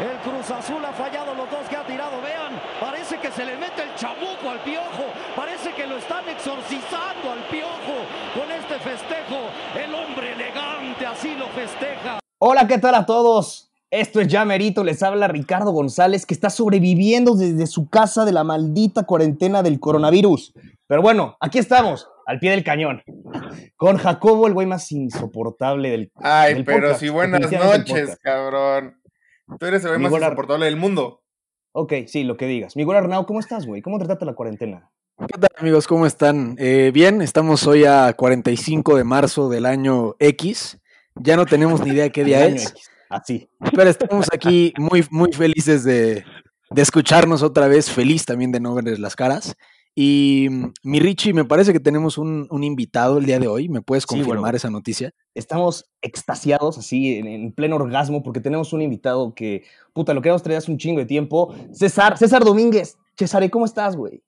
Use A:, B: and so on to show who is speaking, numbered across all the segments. A: El Cruz Azul ha fallado los dos que ha tirado. Vean, parece que se le mete el chamuco al piojo. Parece que lo están exorcizando al piojo con este festejo. El hombre elegante así lo festeja.
B: Hola, ¿qué tal a todos? Esto es Ya Merito, les habla Ricardo González, que está sobreviviendo desde su casa de la maldita cuarentena del coronavirus. Pero bueno, aquí estamos, al pie del cañón, con Jacobo, el güey más insoportable del
C: Ay,
B: del
C: pero
B: podcast,
C: si buenas
B: definitivamente el
C: noches,
B: podcast.
C: cabrón. Tú eres el güey más
B: Ninguna-
C: insoportable del mundo.
B: Ok, sí, lo que digas. Miguel Arnau, ¿cómo estás, güey? ¿Cómo trataste la cuarentena?
D: ¿Qué tal amigos? ¿Cómo están? Eh, bien, estamos hoy a 45 de marzo del año X. Ya no tenemos ni idea qué día
B: El año
D: es,
B: X. Así.
D: pero estamos aquí muy, muy felices de, de escucharnos otra vez, feliz también de no verles las caras. Y mm, mi Richie, me parece que tenemos un, un invitado el día de hoy. ¿Me puedes
B: Sí, bro.
D: confirmar esa noticia?
B: Estamos extasiados, así, en, en pleno orgasmo, porque tenemos un invitado que, puta, lo queremos traer hace un chingo de tiempo. César, César Domínguez. César, ¿cómo estás, güey?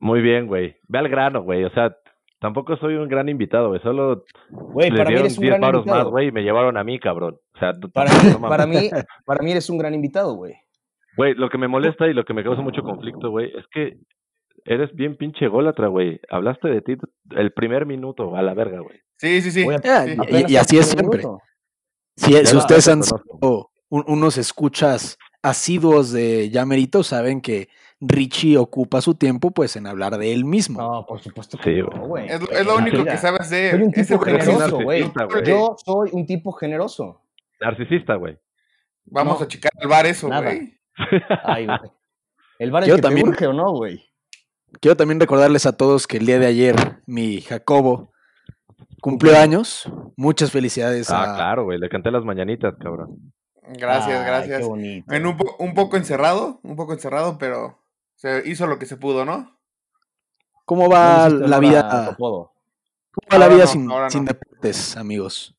E: Muy bien, güey. Ve al grano, güey. O sea, tampoco soy un gran invitado, güey. Solo
B: Güey,
E: les
B: para mí
E: dieron
B: eres un
E: 10
B: gran
E: varos más,
B: invitado.
E: güey, y me llevaron a mí, cabrón. O sea, no-
B: Para,
E: no
B: mí,
E: mames.
B: para, mí, para mí eres un gran invitado, güey.
E: Güey, lo que me molesta y lo que me causa mucho conflicto, güey, es que eres bien pinche gólatra, güey. Hablaste de ti el primer minuto, a la verga, güey.
C: Sí, sí, Ah, sí.
B: Voy a-
D: Eh,
C: Sí.
B: Apenas
D: y- y así es
B: hace un
D: siempre.
B: minuto.
D: Si, si
E: Ya
D: ustedes
E: te
D: han
E: conozco.
D: sido un- unos escuchas asiduos de Ya Merito, saben que Richie ocupa su tiempo pues en hablar de él mismo.
B: No, por supuesto que
E: Sí,
B: no, güey.
E: güey.
C: Es, lo- es lo único que sabe hacer.
B: Soy un
C: Ese
B: tipo
C: güey no
B: generoso,
C: sabe.
B: güey.
E: Narcisista, güey.
B: Yo soy un tipo generoso.
E: Narcisista, güey.
C: Vamos
B: No.
C: a checar al bar eso,
B: Nada.
C: güey.
B: Ay, güey. El bar es
D: Yo
B: que también.
D: también.
B: te urge o no, güey.
D: Quiero también recordarles a todos que el día de ayer mi Jacobo cumplió años. Muchas felicidades
E: Ah,
D: a
E: claro, güey. Le canté las mañanitas, cabrón.
C: Gracias,
B: Ay,
C: gracias.
B: Qué bonito.
C: En un, po- un poco encerrado, un poco encerrado, pero se hizo lo que se pudo, ¿no?
D: cómo
B: No le
D: va
B: hiciste
D: Ah, la
B: honor
D: vida,
B: a Jacobo.
D: cómo va la
C: Ahora
D: vida
C: no,
D: sin,
C: ahora
D: sin
C: no.
D: deportes, amigos.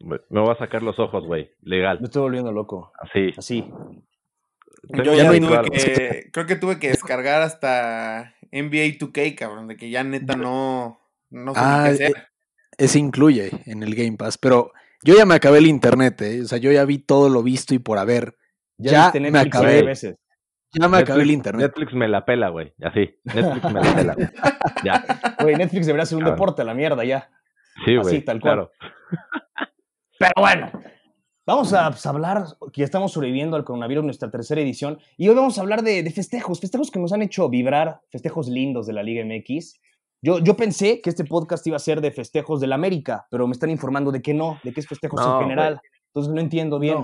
E: Me me voy a sacar los ojos, güey. Legal.
B: Me estoy volviendo loco.
E: Así.
B: Así.
E: Tengo
C: Yo
E: un
C: ya
D: no hay
C: tuve
E: ritual, güey.
C: que, creo que tuve que descargar hasta NBA 2K, cabrón, de que ya neta no, no sé ni
D: Ah,
C: qué hacer.
D: eh, ese incluye en el Game Pass, pero yo ya me acabé el internet, ¿eh? o sea, yo ya vi todo lo visto y por haber. Ya
B: viste
D: me
B: Netflix
D: acabé.
B: nueve veces.
D: Ya me acabé el
E: Netflix-
D: internet.
E: Netflix me la pela, güey. Así. Netflix me la pela. güey. Ya.
B: Güey, Netflix debería ser un
E: Cabrón.
B: deporte a la mierda ya.
E: Sí,
B: Así,
E: güey.
B: tal cual.
E: Claro.
B: Pero bueno, vamos a pues, hablar, que ya estamos sobreviviendo al coronavirus, nuestra tercera edición, y hoy vamos a hablar de, de festejos, festejos que nos han hecho vibrar, festejos lindos de la Liga MX. Yo, yo pensé que este podcast iba a ser de festejos del América, pero me están informando de que no, de que es festejos
E: No,
B: en
E: güey.
B: general. Entonces no entiendo bien.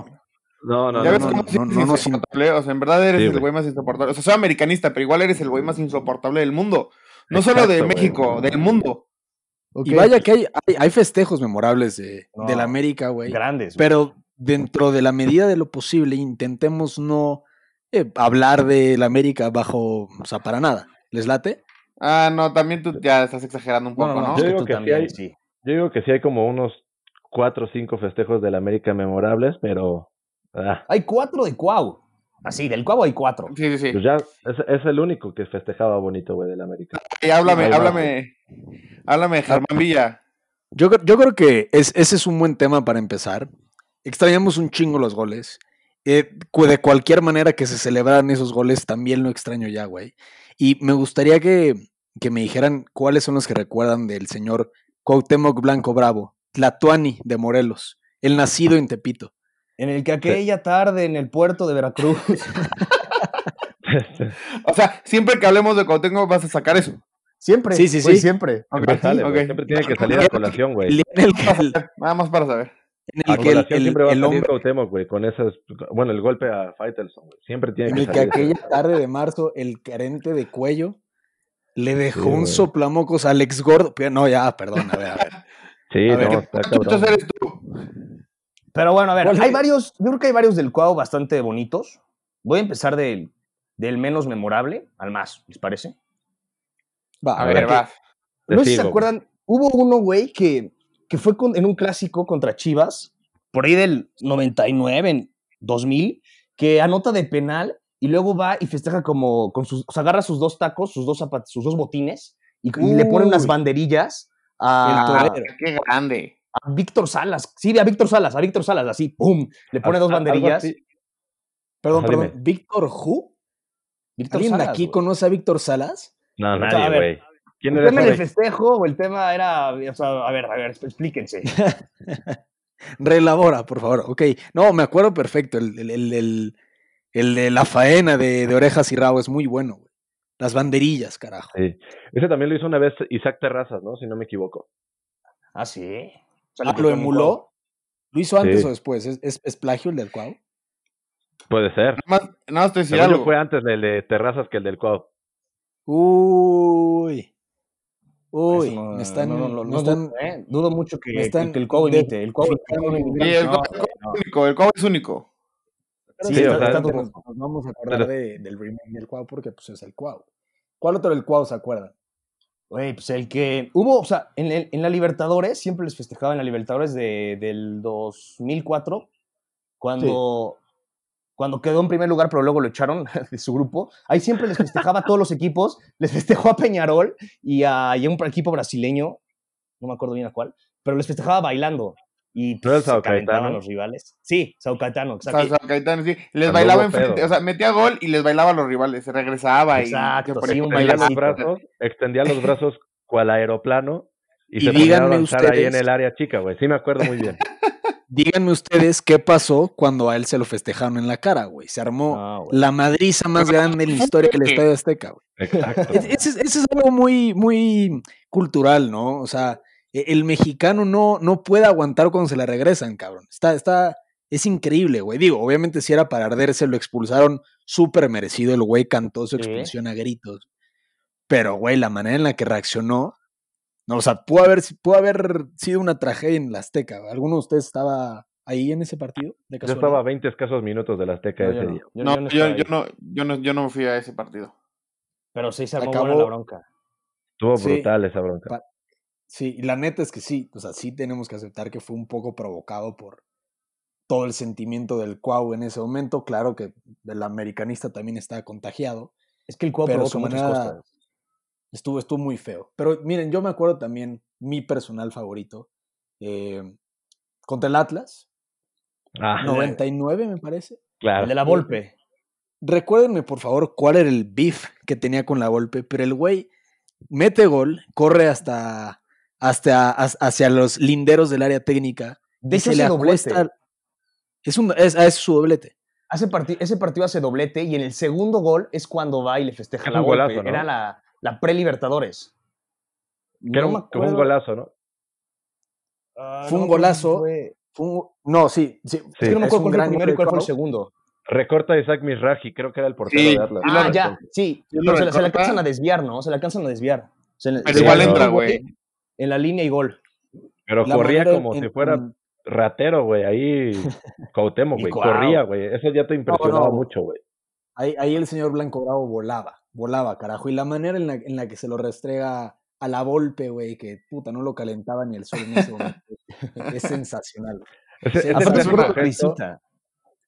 E: No, no,
C: ya
E: no,
C: ves
E: no,
C: cómo
D: no,
C: sí
D: no,
C: eres
D: no, no, sí.
C: insoportable. O sea, en verdad eres
E: Sí,
C: el
E: güey.
C: güey más insoportable. O sea, soy americanista, pero igual eres el güey más insoportable del mundo. No solo de
E: Exacto, güey.
C: México, del mundo.
D: Y vaya que hay, hay, hay festejos memorables de, de
B: No.
D: la América, güey.
B: Grandes. güey.
D: Pero dentro de la medida de lo posible, intentemos no eh, hablar de la América bajo, o sea, para nada. ¿Les late?
C: Ah, no, también tú ya estás exagerando un poco, ¿no?
B: es que
E: Yo digo
B: tú
E: que sí
B: también,
E: hay-
B: sí.
E: Yo digo que sí hay como unos cuatro o cinco festejos del América memorables, pero ah,
B: Hay cuatro de Cuau. Así, del Cuau hay cuatro.
C: Sí, sí, sí.
E: pues ya es, es el único que festejaba bonito, güey, del América.
C: Y háblame,
E: Ahí va,
C: háblame, háblame de Germán Villa.
D: Yo, cre- yo creo que es- ese es un buen tema para empezar. Extrañamos un chingo los goles. Eh, cu- de cualquier manera que se celebraran esos goles, también lo extraño ya, güey. Y me gustaría que, que me dijeran cuáles son los que recuerdan del señor Cuauhtémoc Blanco Bravo, Tlatuani de Morelos, el nacido en Tepito.
B: En el que aquella tarde en el puerto de Veracruz.
C: O sea, siempre que hablemos de Coutinho vas a sacar eso.
B: siempre.
D: Sí, sí,
B: güey,
D: sí.
B: Siempre.
E: Siempre, sale, güey,
C: ok.
E: siempre tiene que salir a colación, güey.
D: El día en el que el-
C: Nada más para saber.
D: en
E: A
D: el que el-
E: colación
D: el-
E: siempre va a
D: el
E: salir
D: hombre
E: Cuauhtémoc, güey, con esas... Bueno, el golpe a Faitelson, güey. Siempre tiene
D: En
E: que
D: el que
E: salir.
D: aquella tarde de marzo, el carente de cuello le dejó un
E: güey.
D: soplamocos al ex gordo. Pe- No, ya, perdón, a ver, a ver.
E: Sí,
D: A ver,
E: no,
D: ¿qué
E: está
C: Entonces
E: cabrón.
C: eres tú.
B: Pero bueno, a ver,
D: ¿Cuál
B: hay
D: es?
B: varios, yo creo que hay varios del Cuau bastante bonitos. Voy a empezar del, del menos memorable al más, ¿les parece?
D: Va,
C: A
D: a
C: ver,
D: ver.
C: va.
E: Te
B: no sé si se
E: sigo, güey.
B: acuerdan, hubo uno, güey, que, que fue con- en un clásico contra Chivas, por ahí del 99, en 2000, que anota de penal y luego va y festeja como, con sus, o sea, agarra sus dos tacos, sus dos, zapat- sus dos botines y, y le pone unas
D: Uy.
B: banderillas
D: El
B: a,
D: torero.
C: Qué grande.
B: a Víctor Salas. Sí, a Víctor Salas, a Víctor Salas, así, ¡pum! Le pone dos
E: Al- Ah, algo
B: banderillas.
E: así-
D: Perdón,
E: Ajá,
D: perdón.
E: dime.
D: ¿Víctor Who?
B: Víctor
D: ¿Alguien de
B: Salas,
D: aquí
B: güey.
D: conoce a Víctor Salas?
E: No,
B: sea, a
E: nadie,
B: ver,
E: güey. ¿Quién
B: ¿El
E: eres?
B: tema del
E: güey?
B: festejo o el tema era, o sea, a ver, a ver, explíquense.
D: Reelabora, por favor. Ok. No, me acuerdo perfecto. El, el- el- el- el de la faena de, de orejas y rabo es muy bueno, güey. Las banderillas, carajo.
E: Sí. Ese también lo hizo una vez Isaac Terrazas, ¿no? Si no me equivoco.
B: Ah, sí. O sea,
D: Ah, ¿Lo
B: copió mi cuau.
D: emuló? ¿Lo hizo antes
E: Sí.
D: o después? ¿Es, es, es plagio el del Cuau?
E: Puede ser.
C: Nada más, nada más te decía
E: Según yo
C: algo.
E: fue antes del de Terrazas que el del Cuau.
D: Uy. Uy,
B: Eso no-
D: me están,
B: no, no, no,
D: me
B: no
D: están
B: dudo, ¿eh? Dudo mucho que,
D: me están
B: que el Cuau
D: de-
B: imite. El Cuau el Cuau imita-
C: Sí, el
B: no,
C: Cuau-
B: güey, no.
C: Único, el Cuau es único.
D: Pero
B: Sí,
D: sí, pero
E: o sea,
D: obviamente
B: tanto-
D: nos, nos vamos a acordar de- del remake del Cuau porque pues es el Cuau. ¿Cuál otro del Cuau se acuerdan?
B: Güey, pues el que hubo, o sea, en, el- en la Libertadores, siempre les festejaba en la Libertadores de, del 2004, cuando, cuando quedó en primer lugar, pero luego lo echaron de su grupo. Ahí siempre les festejaba a todos los equipos, les festejó a Peñarol y a, y a un equipo brasileño, no me acuerdo bien a cuál, pero les festejaba bailando. Y
E: ¿No era
B: pues,
E: el
B: se
E: Sao
B: calentaban
E: Caetano?
B: los rivales. Sí, Sao Caetano,
C: O sea,
B: exacto.
C: San Caetano, sí. Les
E: Anduvo
C: bailaba
E: pedo.
C: enfrente. O sea, metía gol y les bailaba a los rivales. Se regresaba
B: Exacto,
C: y se ponía
B: sí,
C: a
B: un
E: Extendía
C: bailar.
E: los
B: bailacito.
E: brazos, extendía los brazos cual aeroplano y,
D: Y
E: se ponía a
D: díganme
E: avanzar ahí en
D: ustedes-
E: el área chica, güey. Sí me acuerdo muy bien.
D: Díganme ustedes qué pasó cuando a él se lo festejaron en la cara, güey. Se armó
B: No, güey.
D: la madriza más grande en la historia que el Estadio Azteca, güey.
E: Exacto.
D: Es- Ese es, ese es algo muy, muy cultural, ¿no? O sea, e- el mexicano no, no puede aguantar cuando se la regresan, cabrón. Está, está, es increíble, güey. Digo, obviamente si era para arderse, lo expulsaron súper merecido. El güey cantó su
B: Sí.
D: expulsión a gritos. Pero, güey, la manera en la que reaccionó, no, o sea, pudo haber, pudo haber sido una tragedia en la Azteca. ¿Alguno de ustedes estaba ahí en ese partido? De
E: Yo
D: casualidad?
E: estaba a 20 escasos minutos del Azteca
B: No, yo
E: ese
B: no.
E: día.
B: Yo-
C: No,
B: yo no
C: yo,
B: estaba
C: yo
B: ahí.
C: no, yo, no, yo no fui a ese partido.
B: Pero sí se
D: Se
B: armó buena
D: acabó.
B: la bronca.
E: Estuvo
D: Sí.
E: brutal esa bronca.
D: Pa- Sí, y la neta es que sí, o sea, sí tenemos que aceptar que fue un poco provocado por todo el sentimiento del Cuau en ese momento. Claro que el americanista también estaba contagiado.
B: Es que el Cuau
D: Pero
B: provoca
D: su
B: muchas
D: manera-
B: cosas.
D: Estuvo, estuvo muy feo. Pero miren, yo me acuerdo también mi personal favorito eh, contra el Atlas,
E: Ah,
D: 99 me parece.
E: claro.
B: El de la Volpe.
D: Recuérdenme, por favor, cuál era el beef que tenía con la Volpe, pero el güey mete gol, corre hasta, hasta as- hacia los linderos del área técnica.
B: De
D: y
B: hecho,
D: se le
B: ese doblete.
D: acuesta- Es, un, es, ah, es su doblete.
B: Hace parti- ese partido hace doblete y en el segundo gol es cuando va y le festeja
E: Es
B: la
E: un
B: golpe.
E: golazo, ¿no?
B: Era la, la pre-Libertadores.
E: Que era
B: No
E: un,
B: me
E: como un
B: acuerdo.
E: golazo, ¿no?
B: Ah,
D: Fue
B: no
D: un
B: me acuerdo
D: golazo.
B: si fue-
D: Fue un- no, sí, sí.
B: Es que no me acuerdo
D: es
B: cuál
D: un
B: fue el
D: gran
B: primero y
D: gol
B: cuál
D: de
B: fue el
D: Cuau.
B: segundo.
E: Recorta a Isaac Mizrahi, creo que era el portero
C: Sí.
E: de Atlas.
C: Y lo
B: Ah, ya, sí.
C: Yo lo
B: Pero se, la- se la
C: recuerdo.
B: alcanzan a desviar, ¿no? Se la alcanzan a desviar. Se le-
C: Pero
B: se
E: igual
B: le-
E: entra,
C: güey.
B: En la línea y gol.
E: Pero
D: La
E: corría
D: manera en-
E: como si
D: en-
E: fuera
D: en-
E: ratero, güey. Ahí Cuauhtémoc,
B: Y
E: güey.
B: Cuau.
E: Corría, güey. Eso ya te impresionaba
D: no.
E: mucho, güey.
D: ahí, ahí el señor Blanco Bravo volaba, volaba, carajo. Y la manera en la, en la que se lo restrega a la Volpe, güey, que puta, no lo calentaba ni el sol en ese momento. es sensacional.
E: Ese-
D: Sí,
B: Aparte,
D: aparte es
E: ese
B: se
E: clásico
D: una
B: acuerda
E: gesto-
B: con risita.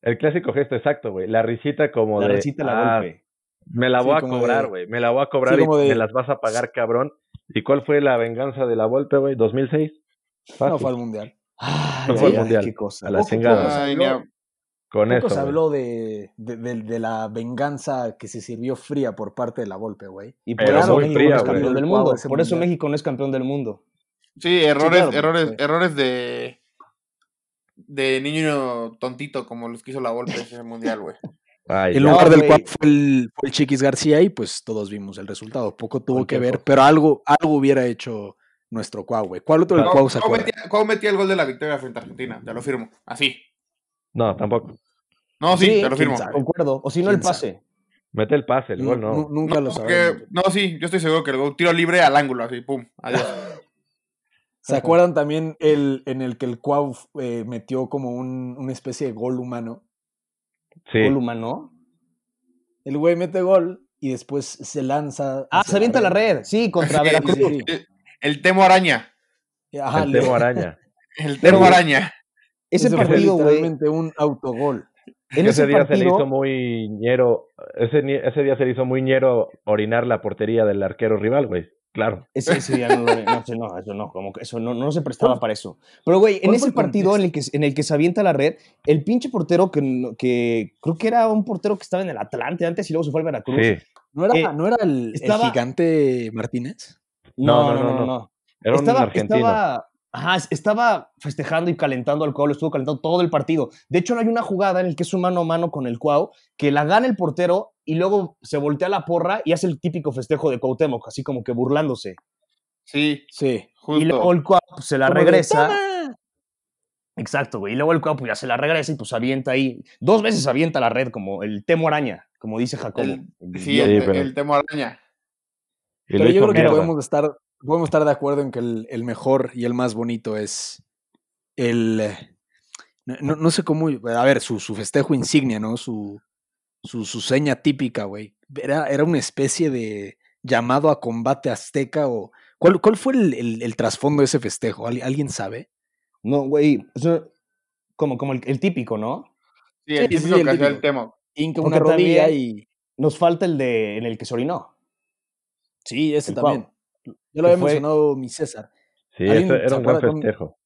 E: el clásico gesto, exacto, güey. La risita como
B: La
E: de.
B: risita de
E: ah,
B: la golpe.
E: Me la
D: Sí,
E: voy a
D: como de-
E: cobrar, güey. Me la voy a cobrar
D: Sí,
E: y
D: como de-
E: me las vas a pagar, cabrón. ¿Y cuál fue la venganza de la Volpe, güey? ¿2006?
D: No
E: Fácil.
D: fue al mundial.
B: Ay,
E: No fue al
B: ay,
E: Mundial.
B: qué cosa.
E: A la
D: Poco,
E: chingada.
D: poco.
C: Ay,
D: Yo-
C: ya.
E: Con
D: Poco
E: eso,
D: se
E: güey.
D: habló de, de- de- de la venganza que se sirvió fría por parte de la Volpe, güey.
B: Y por
E: Pero
B: eso
E: muy
B: México
E: fría,
B: no es
E: güey.
B: campeón del
D: Cuau
B: mundo.
D: ese
B: Por eso
D: mundial.
B: México no es campeón del mundo.
C: Sí, errores,
D: claro,
C: errores,
D: sí.
C: errores de. De niño tontito, como los que hizo la Volpe ese mundial, güey.
E: Ay,
D: En
E: ya.
D: lugar
B: No,
D: del cual
B: güey.
D: fue el, fue el Chiquis García y pues todos vimos el resultado. Poco tuvo que ver,
B: Contexto.
D: pero algo, algo hubiera hecho nuestro Cuau, güey. ¿Cuál otro del
E: Claro.
D: Cuau se
C: ¿Cómo
D: acuerda?
C: metía, Cuau metía el gol de la victoria frente a Argentina? Te lo firmo. Así.
E: No, tampoco.
C: No, sí, te lo
D: quién
C: firmo.
D: sabe.
B: Concuerdo. O si no, el
D: ¿Quién sabe?
B: pase.
E: Mete el pase, el
D: Nu-
E: gol no.
D: nu- Nunca
C: No,
D: lo
C: porque-
D: sabremos.
C: no, sí, yo estoy seguro que el gol tiro libre al ángulo, así, pum, adiós.
D: ¿Se acuerdan también el, en el que el Cuau eh, metió como un, una especie de gol humano?
E: Sí.
B: Gol humano.
D: El güey mete gol y después se lanza.
B: Ah,
D: hacia
B: se avienta la red. Sí, contra
C: Sí,
B: Veracruz.
D: sí, sí.
C: El, el Temo Araña.
D: Ajá,
E: el
D: le-
E: Temo Araña.
C: El
B: Pero-
C: Temo Araña.
B: Ese
D: fue
B: partido, güey.
D: literalmente un autogol.
B: En
E: ese
B: ese
E: día se le hizo
B: partido.
E: muy ñero. Ese, ni- ese día se le hizo muy ñero orinar la portería del arquero rival, güey. Claro.
B: Ese, ese día no, lo- no, ese no, eso no, como que eso no, no se prestaba para eso. Pero, güey, en
D: Pon
B: ese
D: por
B: partido en el, que, en el que se avienta la red, el pinche portero que, no- que creo que era un portero que estaba en el Atlante antes y luego se fue al Veracruz.
E: Sí.
D: ¿No era,
B: Eh,
D: ¿no era el, el
B: estaba-
D: gigante Martínez?
B: No, no, no, no. no.
E: Era un
B: Estaba,
E: argentino.
B: estaba, ajá, es- estaba festejando y calentando al Cuau, lo estuvo calentando todo el partido. De hecho, no hay una jugada en la que es un mano a mano con el Cuau, que la gana el portero y luego se voltea la porra y hace el típico festejo de Cuauhtémoc, así como que burlándose.
C: Sí,
D: Sí.
B: Y luego
C: justo.
B: el Cuau pues, se la
D: Como de,
B: regresa.
D: "Toma".
B: Exacto, güey. Y luego el Cuauhtémoc ya se la regresa y pues avienta ahí. Dos veces avienta la red, como el Temo Araña, como dice Jacobo.
C: El- Sí,
E: Sí,
C: el,
E: pero-
C: el Temo Araña.
E: Y lo
D: Pero yo
E: hizo
D: creo que
E: mierda.
D: podemos estar, podemos estar de acuerdo en que el, el mejor y el más bonito es el. eh, No, no- no sé cómo. A ver, su, su festejo insignia, ¿no? Su, su, su seña típica, güey. Era, era una especie de llamado a combate azteca o. ¿Cuál, cuál fue el, el- el trasfondo de ese festejo? ¿Al- ¿Alguien sabe?
B: No, güey. eso- como como el, el típico, ¿no?
C: Sí, el
D: Sí, sí,
C: típico
D: el
C: que hacía el
D: típico.
C: Temo.
D: Inca
B: Porque
D: una rodilla
B: también-
D: y.
B: Nos falta el de en el que se orinó.
D: Sí, ese
B: el
D: también. Ya lo
B: que
D: había
B: fue-
D: mencionado mi César.
E: Sí,
D: ¿Alguien
E: ese
D: se
E: era un gran
D: acuerda cómo-
E: festejo.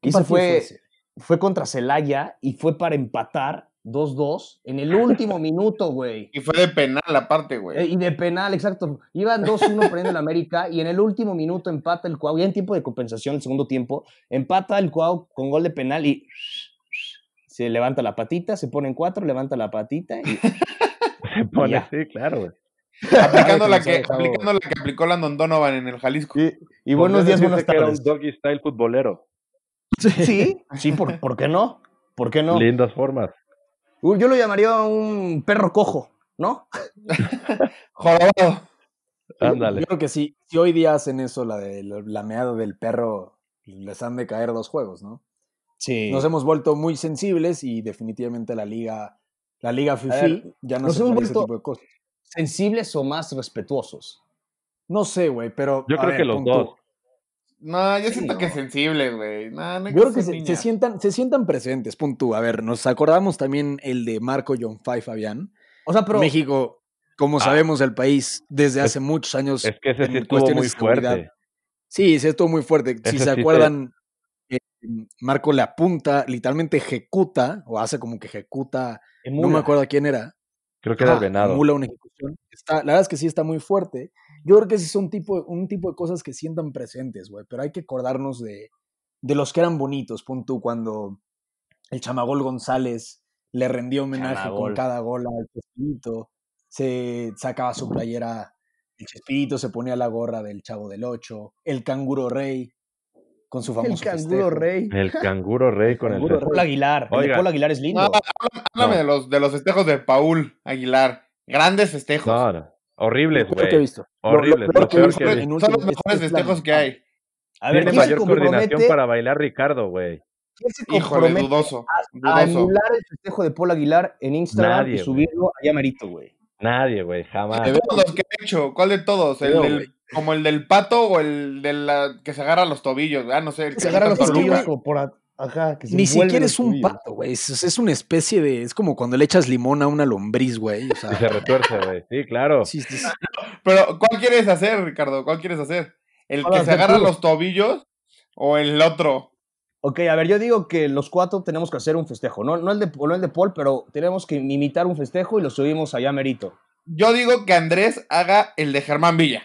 D: ¿Qué
B: Ese
D: partido
B: fue-
D: ese?
B: Fue contra Celaya y fue para empatar 2-2 en el último minuto, güey.
C: Y fue de penal aparte, güey.
B: Eh, Y de penal, exacto. Iban 2-1 perdiendo el América y en el último minuto empata el Cuau. Ya en tiempo de compensación, el segundo tiempo, empata el Cuau con gol de penal y se levanta la patita, se pone en cuatro, levanta la patita y
E: Se pone
B: ya.
E: así, claro, güey.
C: aplicando,
B: Ay,
C: la
B: como sabe,
C: que,
B: chavo.
C: aplicando la que aplicó Landon Donovan en el Jalisco.
B: Y buenos días, buenas
E: que
B: tardes.
E: Era un doggy style futbolero.
B: Sí, sí, ¿por, ¿por qué no? ¿Por qué no?
E: Lindas formas.
B: Uy, Yo lo llamaría un perro cojo, ¿no?
C: Jorobado.
D: Yo-
E: Ándale.
D: Yo creo que sí, si hoy día hacen eso, la de la, la meada del perro, les han de caer dos juegos, ¿no?
B: Sí.
D: Nos hemos vuelto muy sensibles y definitivamente la liga, la liga
B: ver,
D: fifi ya no
B: nos
D: se
B: hemos
D: ese
B: vuelto-
D: tipo de cosas.
B: sensibles o más respetuosos.
D: No sé, güey, pero
E: Yo
D: a
E: creo que
D: ver,
E: los
D: pon
E: dos.
D: tú.
C: No, yo
D: Sí,
C: siento
D: no.
C: que sensible, güey. No, no hay
D: Yo creo que
C: ser
D: se, se
C: niña.
D: sientan, se sientan presentes, pon tú. A ver, nos acordamos también el de Marco John Fay Fabián.
B: O sea, pero
D: México, como
E: Ah.
D: sabemos, el país desde
E: Es-
D: hace muchos años
E: Es que ese
D: en
E: sí estuvo
D: cuestiones
E: muy
D: de seguridad.
E: fuerte.
D: Sí, sí, estuvo muy fuerte. Si
E: Ese
D: se
E: sí te-
D: acuerdan, eh, Marco le apunta, literalmente ejecuta, o hace como que ejecuta, no me
B: emula.
D: acuerdo a quién era.
E: Creo que era el
D: Ah,
E: venado.
D: Emula una ejecución. Está, la verdad es que sí está muy fuerte. Yo creo que sí son tipo, un tipo de cosas que sientan presentes, güey, pero hay que acordarnos de, de los que eran bonitos, pon tú, cuando el Chamagol González le rendió homenaje
B: Chamagol.
D: con cada gol al Chespirito, se sacaba su playera el Chespirito, se ponía la gorra del Chavo del Ocho, el Canguro Rey con su famoso
B: El canguro
D: festejo.
B: rey.
E: El canguro rey con el.
D: Canguro
E: festejo.
B: Paul Aguilar. El de
E: Oiga. Ah,
B: Paul Aguilar es
C: No,
B: lindo.
C: háblame- háblame
E: No.
C: De, los, de los festejos de Paul Aguilar. Grandes festejos.
E: No, no. Horribles,
D: Lo peor que he
E: güey.
D: visto. Lo- lo
E: Horribles.
D: peor
E: Lo
D: que
E: peor
D: visto
E: que he
C: Son-
E: visto.
D: en
C: son
D: últimos
C: los mejores
D: meses,
C: festejos
D: planes.
C: que hay.
B: A ver, ¿quién
E: Tiene
B: se
E: mayor coordinación
B: compromete,
E: para bailar Ricardo, güey.
B: quién se
C: Híjole,
B: compromete
C: dudoso.
B: a
C: Dudoso.
B: emular el festejo de Paul Aguilar en Instagram
E: Nadie,
B: y
E: güey.
B: subirlo allá merito, güey?
E: Nadie, güey. Jamás.
C: De todos los que he hecho, ¿cuál de todos? ¿El
D: Creo,
C: del-
D: Ah. güey.
C: ¿Como el del pato o el de la que se agarra los tobillos? Ah, no sé. El que
D: Se agarra
C: hizo
D: los tobillos,
C: Toluca.
D: güey.
B: como por a- ajá, que se
D: Ni
B: envuelven
D: siquiera
B: los
D: es un
B: tobillos.
D: pato, güey. Es, es una especie de. Es como cuando le echas limón a una lombriz, güey. O
E: Y se
D: sea,
E: retuerce, güey. Sí, claro.
D: sí, sí, sí.
C: Pero, ¿cuál quieres hacer, Ricardo? ¿Cuál quieres hacer? ¿El
B: Ahora,
C: que se
B: hacer
C: agarra
B: tú.
C: los tobillos o el otro?
B: Ok, a ver, yo digo que los cuatro tenemos que hacer un festejo. No, no, el, de, no el de Paul, pero tenemos que imitar un festejo y lo subimos allá merito.
C: Yo digo que Andrés haga el de Germán Villa.